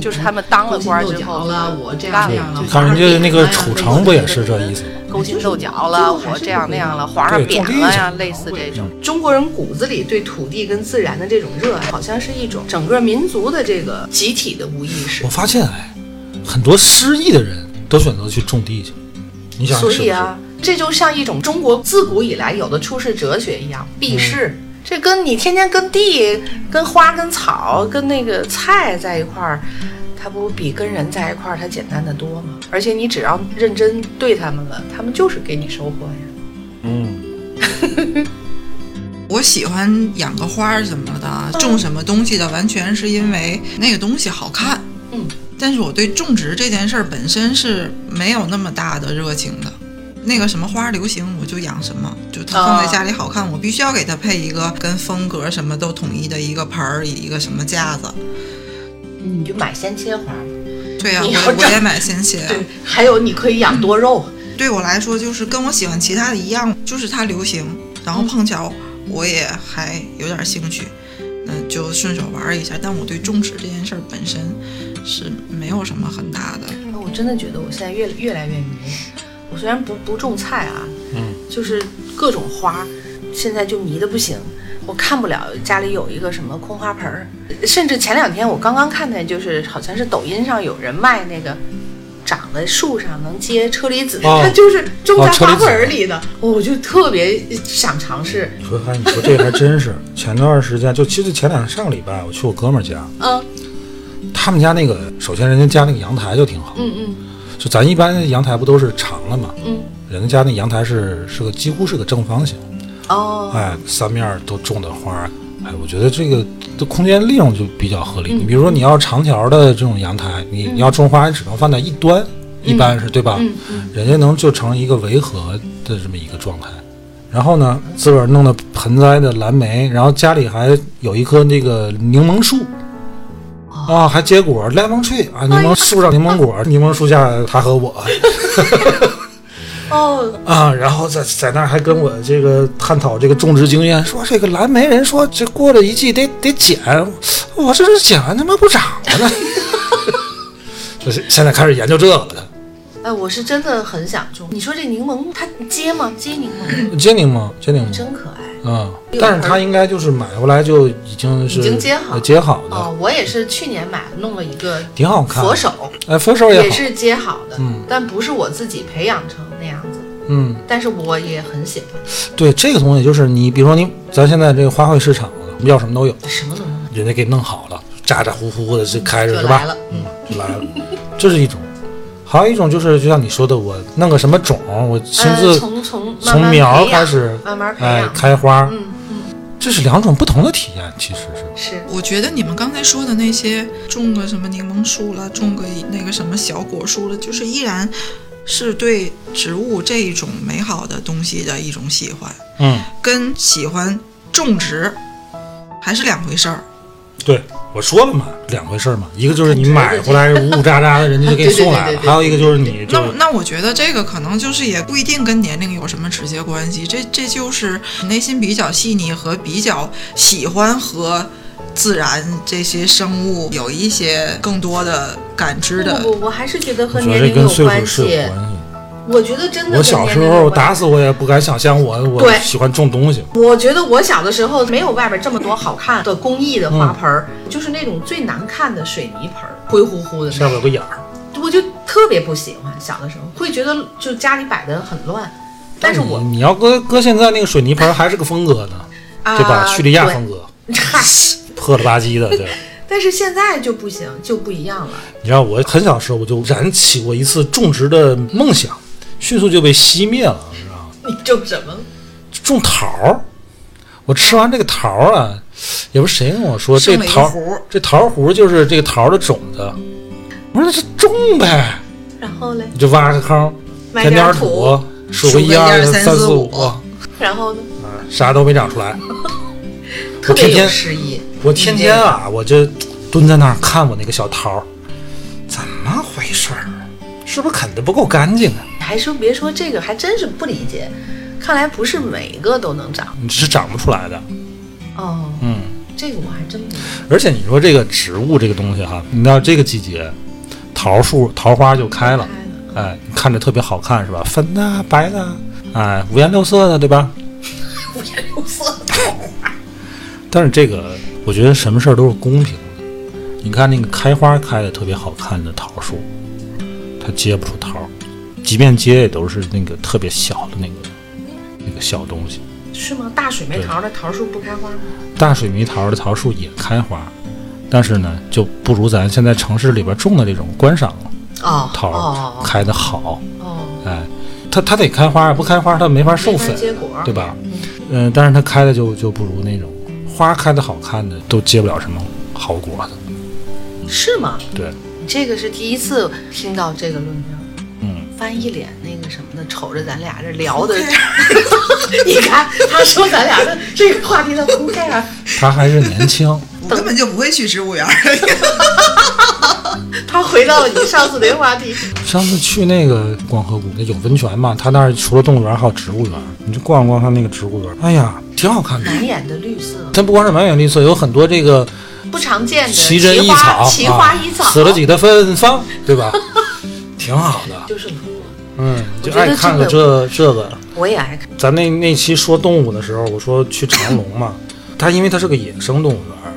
B: 就是他们当了官之后
E: 了，我这
B: 干
E: 样
C: 对
B: 了
E: 那样了，
C: 你看人家那个楚成不也是这意思吗？
B: 勾心斗角了，我这样那样了，皇上
C: 对
B: 贬
C: 种地
B: 了
C: 上
B: 呀，类似这种。中国人骨子里对土地跟自然的这种热爱，好像是一种整个民族的这个集体的无意识
C: 我。发现哎，很多失意的人都选择去种地去，你想是
B: 所
C: 不是？
B: 以啊，这就像一种中国自古以来有的处世哲学一样，
C: 嗯
B: 避世。这跟你天天跟地、跟花、跟草、跟那个菜在一块儿，它不比跟人在一块儿它简单的多吗？而且你只要认真对他们了，他们就是给你收获呀。
C: 嗯，
D: 我喜欢养个花儿什么
B: 嗯
D: 的，种什么东西的，完全是因为那个东西好看。
B: 嗯，
D: 但是我对种植这件事儿本身是没有那么大的热情的。那个什么花儿流行，我就养什么，就它
B: 啊
D: 放在家里好看，我必须要给它配一个跟风格什么都统一的一个盆儿，一个什么架子。
B: 你就买鲜切花。
D: 对呀、
B: 你要
D: 我我
B: 这
D: 也买鲜切啊。
B: 对，还有你可以养多肉，
D: 对我来说，就是跟我喜欢其他的一样，就是它流行，然后碰巧我也还有点兴趣，嗯，就顺手玩一下。但我对种植这件事儿本身是没有什么很大的，
B: 我真的觉得我现在越越来越迷。我虽然不不种菜啊，
C: 嗯，
B: 就是各种花，现在就迷的不行。我看不了家里有一个什么空花盆儿，甚至前两天我刚刚看见，就是好像是抖音上有人卖那个长在树上能结车厘子，
C: 哦
B: 它就是种
C: 哦
B: 在
C: 车厘
B: 花
C: 子
B: 盆儿里的，哦我就特别想尝试。
C: 你说哎，你说这还真是。 前段时间就其实前两上个礼拜，我去我哥们儿家，
B: 嗯
C: 他们家那个首先人家家那个阳台就挺好，
B: 嗯嗯
C: 就咱一般阳台不都是长的嘛，
B: 嗯，
C: 人家家那阳台是是个几乎是个正方形，
B: 哦，
C: 哎，三面儿都种的花儿，哎，我觉得这个的空间利用就比较合理。
B: 嗯
C: 你比如说你要长条的这种阳台，你你要种花，你只能放在一端，一般是对吧？
B: 嗯嗯，
C: 人家能就成一个围合的这么一个状态。然后呢，自个儿弄的盆栽的蓝莓，然后家里还有一棵那个柠檬树，
B: 哦
C: 啊，还结果 lemon tree
B: 哎
C: 啊，柠檬树上柠檬 果，柠檬树下他和我
B: 哦，
C: 啊，然后在在那儿还跟我这个探讨这个种植经验，说这个蓝莓人说这过了一季得得剪，我这是剪完他妈不长了 呢，就是现在开始研究这个了。
B: 哎，我是真的很想种。你说这柠檬它结吗？结柠檬
C: 接柠檬，接柠檬，
B: 真可爱。
C: 嗯，但是他应该就是买回来就已经是
B: 已经接好
C: 呃接好的，
B: 哦，我也是去年买了，弄了一个
C: 挺好看。
B: 佛手，
C: 哎，佛手也
B: 也
C: 好，
B: 是接好的，
C: 嗯
B: 但不是我自己培养成那样子，
C: 嗯，
B: 但是我也很喜欢，
C: 对，这个东西就是你，比如说你，咱现在这个花卉市场要什么都有，
B: 什么都能买，
C: 人家给弄好了，咋咋呼呼的就开着
B: 就是来
C: 吧？
B: 了。
C: 嗯，就来了，这是一种。还有一种就是，就像你说的，我弄个什么种，我亲
B: 呃，
C: 自
B: 从从慢
C: 从
B: 慢
C: 苗
B: 培养
C: 开，始，
B: 慢慢培
C: 哎
B: 养，，
C: 开花，
B: 嗯嗯，
C: 这是两种不同的体验，其实是。
B: 是
D: 我觉得你们刚才说的那些种个什么柠檬树了，种个那个什么小果树了，就是依然是对植物这一种美好的东西的一种喜欢，
C: 嗯，
D: 跟喜欢种植还是两回事儿。
C: 对，我说了嘛，两回事儿嘛，一个就是你买回来呜呜喳喳的，人家就给你送来了，
B: 对对对对对
C: 还有一个就是你就
D: 那那我觉得这个可能就是也不一定跟年龄有什么直接关系，这这就是内心比较细腻和比较喜欢和自然这些生物有一些更多的感知的。
B: 不不，我还是觉得和
C: 我觉得
B: 年
C: 这
B: 龄有
C: 跟岁数
B: 关
C: 是有
B: 系。
C: 关系。
B: 我觉得真的
C: 我
B: 跟
C: 小时
B: 年龄
C: 候
B: 有关系
C: 打死我也不敢想象我我
B: 对
C: 喜欢种东西。
B: 我觉得我小的时候没有外边这么多好看的工艺的
C: 嗯
B: 花盆儿，就是那种最难看的水泥盆儿，灰乎乎的那
C: 上
B: 种，
C: 面有个眼儿，
B: 我就特别不喜欢。小的时候会觉得就家里摆的很乱，但是我
C: 嗯你你要搁搁现在那个水泥盆儿还是个风格呢，
B: 啊，
C: 对吧？叙利亚
B: 对
C: 风格，
B: 嗨，
C: 破了吧唧的。对，
B: 但是现在就不行，就不一样了。
C: 你知道我很小时候我就燃起过一次种植的梦想，迅速就被熄灭了，你知道吗？
B: 你种什么？
C: 种桃儿，我吃完这个桃儿啊，也不是谁跟我说这
D: 生了一个
C: 桃
D: 核儿
C: 这桃核就是这个桃儿的种子，我说那是种呗，
B: 然后嘞，
C: 你就挖个坑，
B: 买
C: 填
B: 点
C: 儿
B: 儿
C: 土，数个
D: 数个
C: 一
D: 一
C: 二
D: 二三
C: 三
D: 四
C: 五
D: 五，
B: 然后呢？
C: 啥都没长出来。
B: 特
C: 我天
B: 别有
C: 天
B: 诗意。
C: 我天天啊，我就蹲在那儿看我那个小桃儿，怎么回事儿？是不是啃的不够干净啊？
B: 还说别说这个，还真是不理解。看来不是每一个都能长
C: 你是长不出来的，
B: 哦，
C: 嗯。
B: 这个我还真不理解。
C: 而且你说这个植物这个东西哈，你到这个季节，桃树桃花就开了，哎，看着特别好看是吧？粉的、白的，哎，五颜六色的，对吧？
B: 五颜六色。
C: 但是这个，我觉得什么事儿都是公平的。你看那个开花开的特别好看的桃树，它结不出桃儿，即便结也都是那个特别小的那个那个小东西。
B: 是吗？大水梅桃的桃树不开花吗？
C: 大水蜜桃的桃树也开花，但是呢，就不如咱现在城市里边种的这种观赏
B: 哦
C: 桃儿
B: 哦
C: 开的好，
B: 哦哦，
C: 哎，它它得开花，不开花它没法授
B: 没
C: 粉
B: 法，结果
C: 对吧？嗯、但是它开的就就不如那种花开的好看的都结不了什么好果子，
B: 是吗？
C: 对，
B: 这个是第一次听到这个论调。
C: 嗯，
B: 翻一脸那个什么的，瞅着咱俩这聊的， 你看他说咱俩的啊这个话题，他不 c a
C: 它还是年轻，
D: 我根本就不会去植物园儿。
B: 他回到了你上次的话题。
C: 上次去那个光河谷，那有温泉嘛？它那儿除了动物园还有植物园，你就逛逛它那个植物园，哎呀，挺好看的。
B: 满眼的绿色，
C: 它不光是满眼绿色，有很多这个
B: 不常见的
C: 奇珍异草，
B: 花奇花
C: 啊
B: 异草，
C: 死了几的芬芳，对 吧？挺好的，
B: 就是没有
C: 嗯，就
B: 我觉得
C: 爱看个
B: 真
C: 这这个。
B: 我也爱看，
C: 咱那那期说动物的时候，我说去长隆 嘛，它因为它是个野生动物园儿，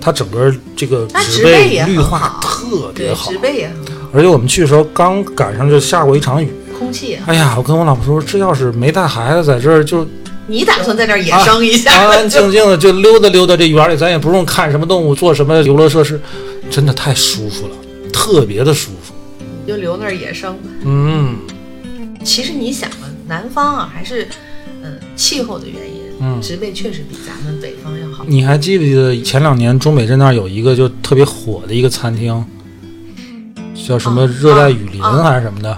C: 它整个这个
B: 它
C: 植
B: 植被
C: 被
B: 也
C: 绿
B: 很
C: 化
B: 好
C: 特别
B: 对，
C: 好
B: 植，被也啊很好，
C: 而且我们去的时候刚赶上就下过一场雨。
B: 空气啊也好。
C: 哎呀，我跟我老婆说，这要是没带孩子在这儿， 就
B: 你打算在这儿野生一下？
C: 安安静静的啊就溜达溜达这园儿里，咱也不用看什么动物，做什么游乐设施，真的太舒服了，特别的舒服。
B: 你 就留那儿野生吧。
C: 嗯
B: 其实你想啊，南方啊还是，嗯，气候的原因，
C: 嗯
B: 植被确实比咱们北方要好。
C: 你还记不记得前两年中北镇那儿有一个就特别火的一个餐厅，叫什么
B: 啊
C: 热带雨林
B: 啊啊
C: 还是什么的？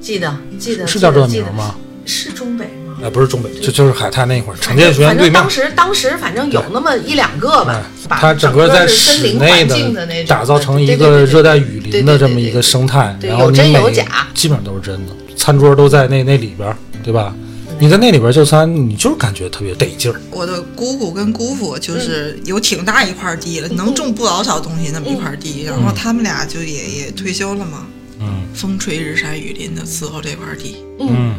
B: 记得记得
C: 是叫这个
B: 记
C: 名
B: 得
C: 儿吗？
B: 是中北吗？
C: 哎，不是中北，就就是海泰那会儿，城建学院
B: 反
C: 对面
B: 正当。时当时反正有那么一两个吧
C: 哎，
B: 把
C: 它整
B: 整
C: 个在
B: 是森
C: 室
B: 林
C: 内
B: 环境的那种
C: 打造成一
B: 对对对
C: 个
B: 对
C: 热带雨林的
B: 对对对
C: 这么一个生态，
B: 对对对
C: 然后
B: 有
C: 你
B: 真
C: 每
B: 有假
C: 基本上都是真的，餐桌都在那那里边儿，对吧？你在那里边儿就餐，你就是感觉特别得劲儿。
D: 我的姑姑跟姑父就是
B: 嗯
D: 有挺大一块地了，能种不老少东西那么一块
B: 嗯
D: 地，然后他们俩就也也退休了嘛，
C: 嗯
D: 风吹日晒雨淋的伺候这块地，
C: 嗯，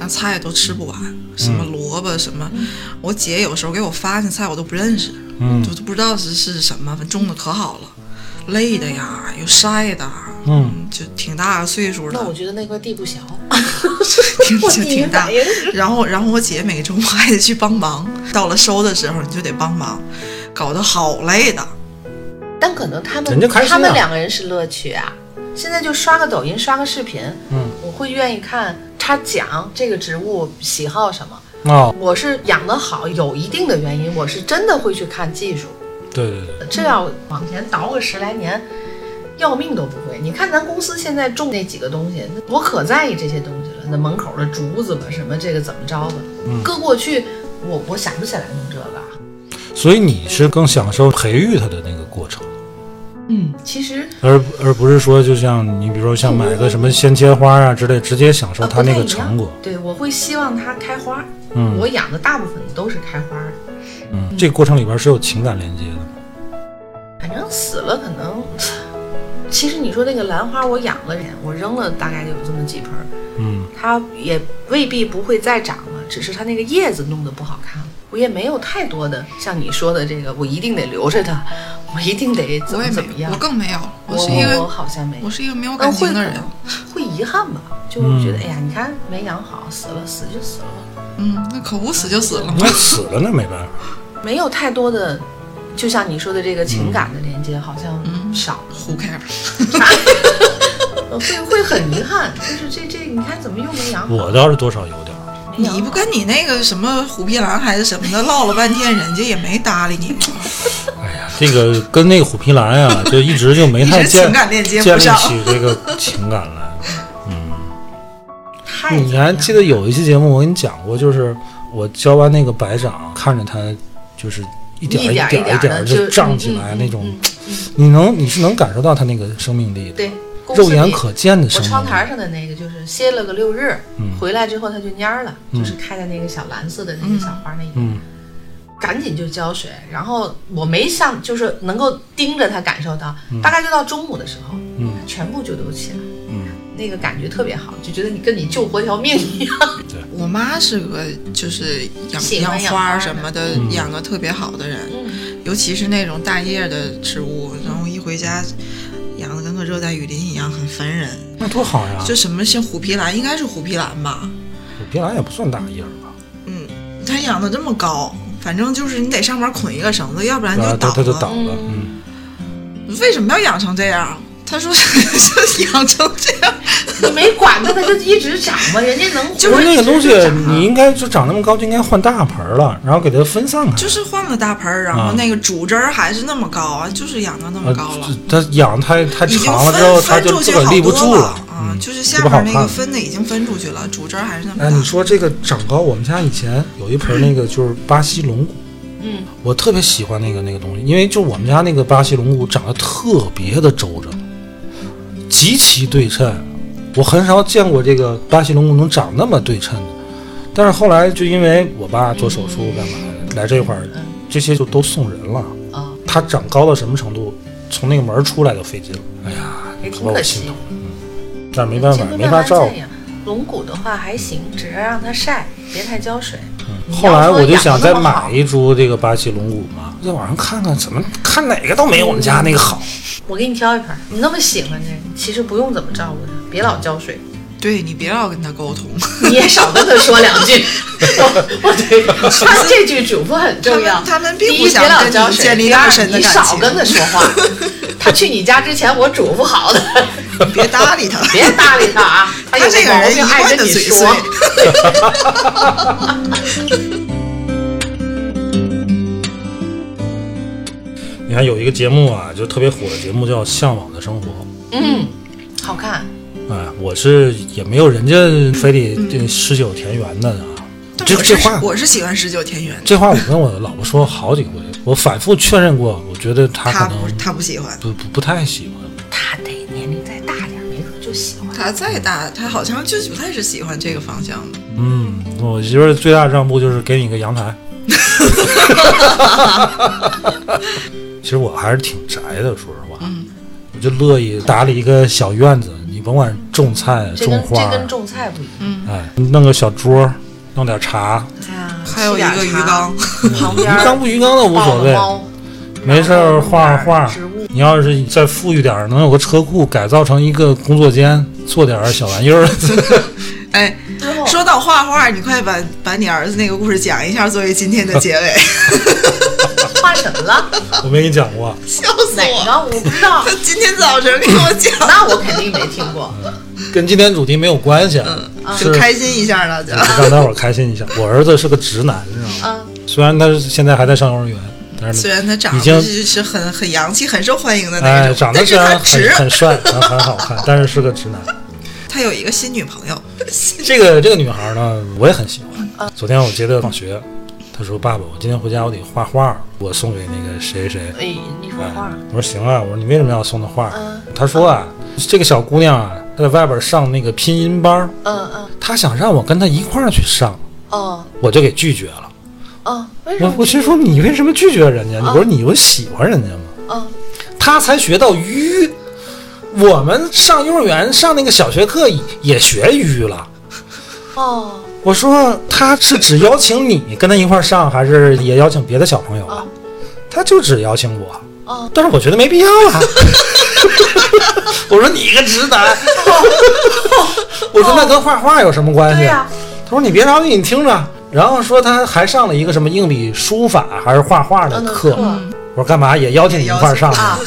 D: 那菜都吃不完，什么萝卜什么，
B: 嗯
D: 我姐有时候给我发那菜我都不认识，
C: 嗯
D: 就都不知道是是什么，种的可好了，累的呀，又晒的，
C: 嗯，
D: 就挺大岁数
B: 那我
D: 了，
B: 觉得那块地不小，
D: 挺
B: 我
D: 挺
B: 第一
D: 挺大
B: 反。应
D: 然后，然后我姐每周末还得去帮忙，到了收的时候你就得帮忙，搞得好累的。
B: 但可能他们
C: 人家开心啊
B: 他们两个人是乐趣啊。现在就刷个抖音，刷个视频，
C: 嗯，
B: 我会愿意看他讲这个植物喜好什么。
C: 哦，
B: 我是养得好有一定的原因，我是真的会去看技术。
C: 对对对，
B: 这要往前倒个十来年，要命都不会。你看咱公司现在种那几个东西，我可在意这些东西了。那门口的竹子吧，什么这个怎么着吧，
C: 嗯
B: 搁过去，我我想不起来弄这个啊。
C: 所以你是更享受培育它的那个过程，
B: 嗯，其实
C: 而而不是说就像你比如说像买个什么鲜切花啊之类，直接享受它那个成果。
B: 对我会希望它开花儿。
C: 嗯
B: 我养的大部分都是开花儿的，
C: 嗯，这个过程里边是有情感连接的。
B: 反正死了可能。其实你说那个兰花，我养了人，我扔了大概有这么几盆儿，
C: 嗯
B: 它也未必不会再长了，只是它那个叶子弄得不好看了。我也没有太多的像你说的这个，我一定得留着它， 我一定得怎
D: 我
B: 么
D: 也
B: 怎
D: 没
B: 么
D: 有，
B: 样
D: 我。更没有，
B: 我
D: 我是一
B: 我
D: 个
B: 好像没有
D: 我，是一个没有
B: 但
D: 感
B: 会
D: 情的人
B: 可。能会遗憾吧，就是觉得、哎呀，你看没养好，死了死就死了，
D: 嗯，那可不死就死了嘛
C: 那。死了那没办法。
B: 没有太多的，就像你说的这个情感的连接，好
D: 嗯
B: 像少。
D: Who cares？
B: 呃会会很遗憾，就是这这，你看怎么又没养好？
C: 我倒是多少有点儿，
B: 没养
D: 你
B: 好
D: 不跟你那个什么虎皮兰还是什么的唠了半天，人家也没搭理你，
C: 哎呀，这个跟那个虎皮兰呀、就一直就没
D: 一
C: 太
D: 直
C: 建
D: 情感链接
C: 建
D: 不
C: 立
D: 上
C: 起这个情感来。
B: 太
C: 嗯你还记得有一期节目我跟你讲过，就是我教完那个白掌，看着它就是一点儿
B: 一点儿
C: 点儿
B: 一
C: 一
B: 点
C: 点
B: 儿
C: 儿
B: 地
C: 就
B: 就
C: 胀起来那种
B: 嗯，
C: 你能你是能感受到它那个生命力的，
B: 对公司
C: 肉眼
B: 里
C: 可见的
B: 我
C: 生命
B: 窗
C: 力。
B: 台上的那个就是歇了个六日，
C: 嗯
B: 回来之后它就蔫儿了，
C: 嗯
B: 就是开的那个小蓝色的那个小花那一
C: 嗯，
B: 赶紧就浇水。然后我没像就是能够盯着它感受到，大概就到中午的时候，
C: 嗯
B: 它全部就都起来，
C: 嗯，
B: 那个感觉特别好，就觉得你跟你救活条命一样。
D: 我妈是个就是养
B: 喜欢养
D: 花
B: 花
D: 儿
B: 的
D: 什么的，嗯
C: 嗯
D: 养的特别好的人，尤其是那种大叶的植物，然后一回家养的跟个热带雨林一样，很烦人。
C: 那多好呀！
D: 就什么像虎皮兰，应该是虎皮兰吧？
C: 虎皮兰也不算大叶儿吧？
D: 嗯，它养的这么高，反正就是你得上面捆一个绳子，要不然
C: 然后
D: 就
C: 啊它
D: 倒
C: 它就
D: 了。
C: 倒了。嗯，
D: 为什么要养成这样？他说 就养成这样，
B: 你没管它，它就一直长嘛，人家能活
C: 不是那个
B: 一直
C: 东西
B: 就长，啊
C: 你应该就长那么高，就应该换大盆儿了，然后给它分散开。
D: 就是换个大盆儿，然后
C: 啊
D: 那个主枝儿还是那么高啊，就是养到那么
C: 呃
D: 高了。，
C: 这它养太太
D: 已经
C: 长了之后，
D: 分
C: 它
D: 分
C: 就
D: 出
C: 自
D: 去
C: 个儿
D: 好
C: 立不住
D: 多
C: 了。
D: 啊
C: 嗯，
D: 就是
C: 就
D: 下
C: 不好
D: 边那个
C: 看
D: 分的已经分出去了，主枝儿还是那么大。
C: 哎，你说这个长高，我们家以前有一盆那个就是巴西龙骨，
B: 嗯，
C: 我特别喜欢那个那个东西，因为就我们家那个巴西龙骨长得特别的周正，极其对称，我很少见过这个巴西龙骨能长那么对称的。但是后来就因为我爸做手术干嘛的，来这块
B: 嗯
C: 儿，这些就都送人了。
B: 啊，
C: 它长高到什么程度？从那个门儿出来就费劲了，哎呀，
B: 也
C: 可
B: 挺
C: 把我
B: 可
C: 心
B: 惜
C: 疼。嗯，但是没办法
B: 经，过
C: 没
B: 慢
C: 法
B: 慢
C: 照顾
B: 这。样龙骨的话还行，只要让它晒，别太浇水。你要
C: 嗯后来
B: 说
C: 我就
B: 养
C: 想
B: 得
C: 再
B: 那么好
C: 买一株这个巴西龙骨嘛，在网上看看，怎么看哪个都没有我们家那个好。
B: 我给你挑一盆儿，你那么喜欢这个，其实不用怎么照顾它，别老浇水，
D: 对你别老跟他沟通，
B: 你也少跟它说两 句。我我对他这句嘱咐很重
D: 他
B: 要。
D: 们他们
B: 第
D: 并
B: 一
D: 不想
B: 别老
D: 跟
B: 浇
D: 你
B: 水
D: 建立
B: 第二
D: 那么深的
B: 你
D: 感
B: 少
D: 情
B: 跟他说话。他去你家之前，我嘱咐 好的，
D: 你别搭理他。
B: 别搭理他啊。他有
D: 他这个
B: 毛
D: 人一
B: 病，爱
D: 贯
B: 跟
D: 的
B: 你
D: 嘴
B: 说
D: 碎。。
C: 你看有一个节目啊，就特别火的节目叫《向往的生活
B: 嗯，好看。》，
C: 哎，我是也没有人家非
B: 嗯
C: 得这诗酒田园的啊。
D: 但
C: 这
D: 我
C: 这
D: 是
C: 话
D: 我是喜欢十九田园，
C: 这话我跟我老婆说好几回，我反复确认过，我觉得她
D: 他
C: 可
D: 不
C: 能
D: 他不喜欢，
C: 不不不太喜欢。
B: 他得年龄再大点儿，没准儿就喜欢。
D: 他再大他好像就是不太是喜欢这个方向的。
C: 嗯，我媳妇儿最大的让步就是给你一个阳台。其实我还是挺宅的，说实话，我就乐意打理一个小院子，你甭管种菜、
B: 这
C: 种
B: 跟
C: 花
B: 这跟
C: 儿，
B: 种菜不一样。
C: 哎，弄个小桌儿，弄点茶，
B: 哎呀，
D: 还有一个鱼缸，
B: 沏点
C: 鱼
B: 儿茶，旁边儿
C: 缸不鱼缸的无
B: 抱
C: 所
B: 个
C: 谓，
B: 猫
C: 没事儿画画
B: 植物
C: 你要是再富裕点儿，能有个车库改造成一个工作间，做点儿小玩意儿，
A: 哎，
B: 之后
A: 说到画画，你快把把你儿子那个故事讲一下，作为今天的结尾。
B: 画什么了？
C: 我没给你讲过。
A: 笑死
B: 哪
A: 我！
B: 个？我不知道
A: 他，今天早晨给我讲，
B: 那我肯定没听过。
C: 跟今天主题没有关系，啊，
A: 就是开心一下 大家。
C: 让大伙儿开心一下。我儿子是个直男，你知道吗？
B: 嗯，
C: 虽然他是现在还在上幼儿园，但是
A: 虽然他长
C: 已
A: 得
C: 经
A: 是是很很洋气、很受欢迎的那
C: 哎，
A: 种，
C: 长得
A: 但
C: 虽
A: 是他
C: 然很
A: 直，
C: 很帅，很很好看，但是是个 直男。
A: 他有一个新女朋友，
C: 这个这个女孩呢，我也很喜
A: 嗯
C: 欢。昨天我接她放学，她说：“爸爸，我今天回家我得画画，我送给那个谁谁。”
B: 哎，你说画
C: 我说：“行啊，我说你为什么要送她画？”
B: 嗯
C: 她说：“啊，这个小姑娘啊，她在外边上那个拼音班儿，
B: 嗯嗯
C: 她想让我跟她一块儿去上，
B: 哦
C: 我就给拒绝了。
B: 哦，为什
C: 我
B: 么？哦
C: 我心说你为什么拒绝人家？你不是你有喜欢人家吗？”
B: 嗯
C: 他才学到迂。我们上幼儿园上那个小学课也学迂了。
B: 哦
C: 我说他是只邀请你跟他一块儿上，还是也邀请别的小朋友啊
B: 哦？
C: 他就只邀请我，
B: 哦，
C: 但是我觉得没必要 啊。我说你个直男，我说那跟画画有什么关
B: 哦对
C: 系？
B: 呀，
C: 他说你别着急，你听着。然后说他还上了一个什么硬笔书法还是画画的
B: 嗯
C: 课，
B: 课
C: 我说干嘛也邀请你一块儿上
B: 啊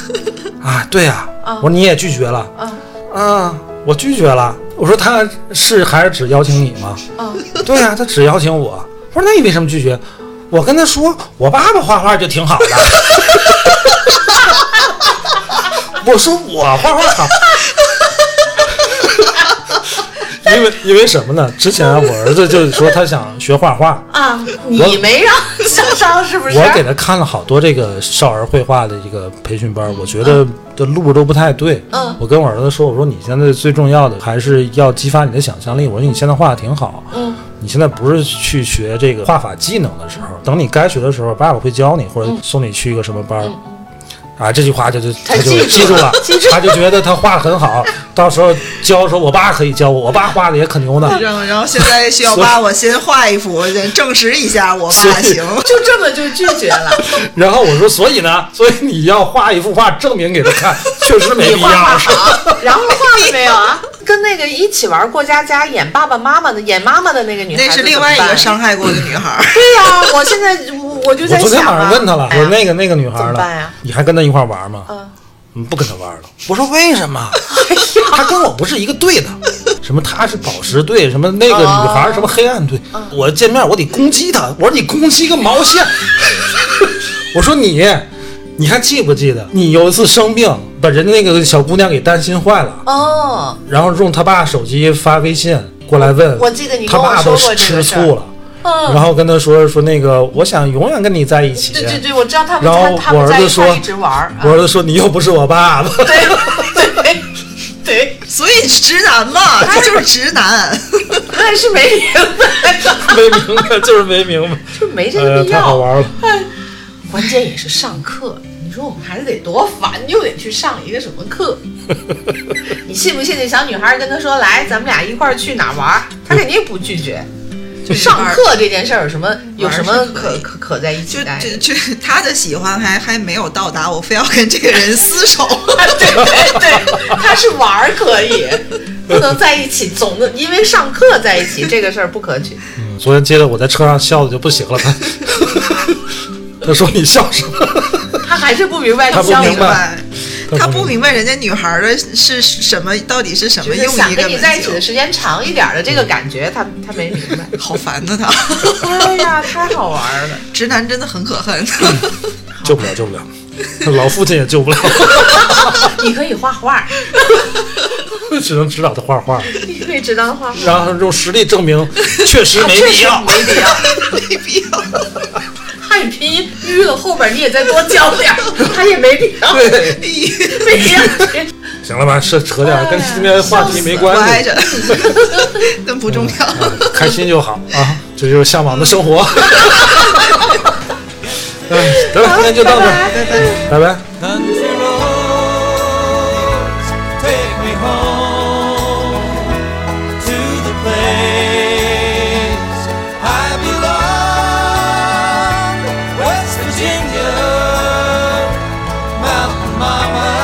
C: 啊？对呀、
B: 啊
C: 我说你也拒绝了。
B: 啊
C: 啊，我拒绝了。我说他是还是只邀请你吗？
B: 啊
C: 对呀、他只邀请我。我说那你为什么拒绝？我跟他说我爸爸画画就挺好的。我说我画画好，因为因为什么呢？之前啊我儿子就说他想学画画，
B: 啊！你没让上上是不 是？
C: 我给他看了好多这个少儿绘画的一个培训班儿，我觉得这路都不太对。
B: 嗯
C: 我跟我儿子说，我说你现在最重要的还是要激发你的想象力。我说你现在画的挺好，
B: 嗯，
C: 你现在不是去学这个画法技能的时候，等你该学的时候，爸爸会教你，或者送你去一个什么班儿。啊，这句话就就
B: 他
C: 就
B: 嗯记住
C: 记住了，他就觉得他画的很 好，到时候教的时候，我爸可以教我，我爸画的也可牛 呢。
A: 然后然后现在需要爸我先画一幅，我先证实一下我爸
C: 所以
A: 行。
B: 就这么就拒 绝了。
C: 然后我说，所以呢，所以你要画一幅画证明给他看，确实没必
B: 你
C: 要。
B: 画画好，然后画了没有啊？跟那个一起玩过家家演爸爸妈妈的演妈妈的那个女孩子
A: 那是另外一
B: 怎么
A: 个
B: 办
A: 伤害过的女孩儿，
B: 对呀、我现在我我就
C: 我
B: 在
C: 昨天
B: 想、啊，
C: 晚上问他了，我说
B: 哎呀
C: 那个那个女孩
B: 怎么
C: 了，
B: 办呀
C: 你还跟她一块玩吗？
B: 嗯哎
C: 嗯，不跟她玩了。我说为什 么？她跟我不是一个队的，什么她是宝石队，什么那个女孩儿
B: 哦
C: 什么黑暗队。
B: 嗯
C: 我见面我得攻击她，我说你攻击个毛线！ 我说你，你还记不记得你有一次生病，把人家那个小姑娘给担心坏了，
B: 哦，
C: 然后用他爸手机发微信过来问，
B: 我记得你
C: 他
B: 跟我
C: 爸都
B: 说过这
C: 吃
B: 个事儿
C: 醋了。
B: 嗯
C: 然后跟他说说那个，我想永远跟你在一起。
B: 对对对，我知道他们
C: 然后
B: 他他
C: 我
B: 们
C: 儿
B: 在
C: 子
B: 一
C: 说
B: 块一直玩儿，
C: 我
B: 啊
C: 儿子说：“你又不是我爸 爸。
B: 对 对对，
A: 所以直男嘛，他就是直男。
B: 但是没 明白，”
C: 没明白， 就是没明白。
B: 就没这
C: 哎呀
B: 个，必
C: 太好
B: 要。
C: 玩了。
B: 关键也是上课，你说我们孩子得多烦，又得去上一个什么课？ 你信不信那小女孩跟他说来，咱们俩一块儿去哪儿玩儿？他肯定不拒 绝。就上课这件事儿有什么有什么可可可在一
A: 就
B: 起待的？
A: 这这，他的喜欢还还没有到达，我非要跟这个人厮 守。
B: 对对 对，他是玩儿可以，不能在一起，总的因为上课在一起这个事儿不可取。
C: 嗯昨天接着我在车上笑的就不行了，他 他说你笑什么？
B: 他还是不明白
C: 他不
B: 教育
C: 明白
A: 他不明白人家女孩儿的是什么，到底是什么
B: 就是
A: 用
B: 想
A: 一个
B: 跟你在一
A: 门
B: 起的
A: 球，
B: 时间长一点儿的这个
C: 嗯
B: 感觉，他他没明白。
A: 好烦呐！他
B: 哎呀，太好玩儿了。
A: 直男真的很可恨。
C: 救不了，救不了， 老父亲也救不了，
B: 你可以画画，
C: 只能指导他画画，
B: 你可以指导画画。
C: 然后用实力证明确实没必要。
B: 没必要，汉拼音淤了，后边你也再多教点儿，他也没必要，
C: 对，
B: 没必要。
C: 行了吧，是扯点儿跟今天话题没
A: 我
C: 关
A: 挨
C: 系，
A: 着， 但不重要。
C: 开心就好啊，这就是向往的生活。哎，得了，今天就到这儿，
A: 拜
C: 拜拜。
A: 拜。
E: country roads take me home to the place I belong, West Virginia, mountain my way.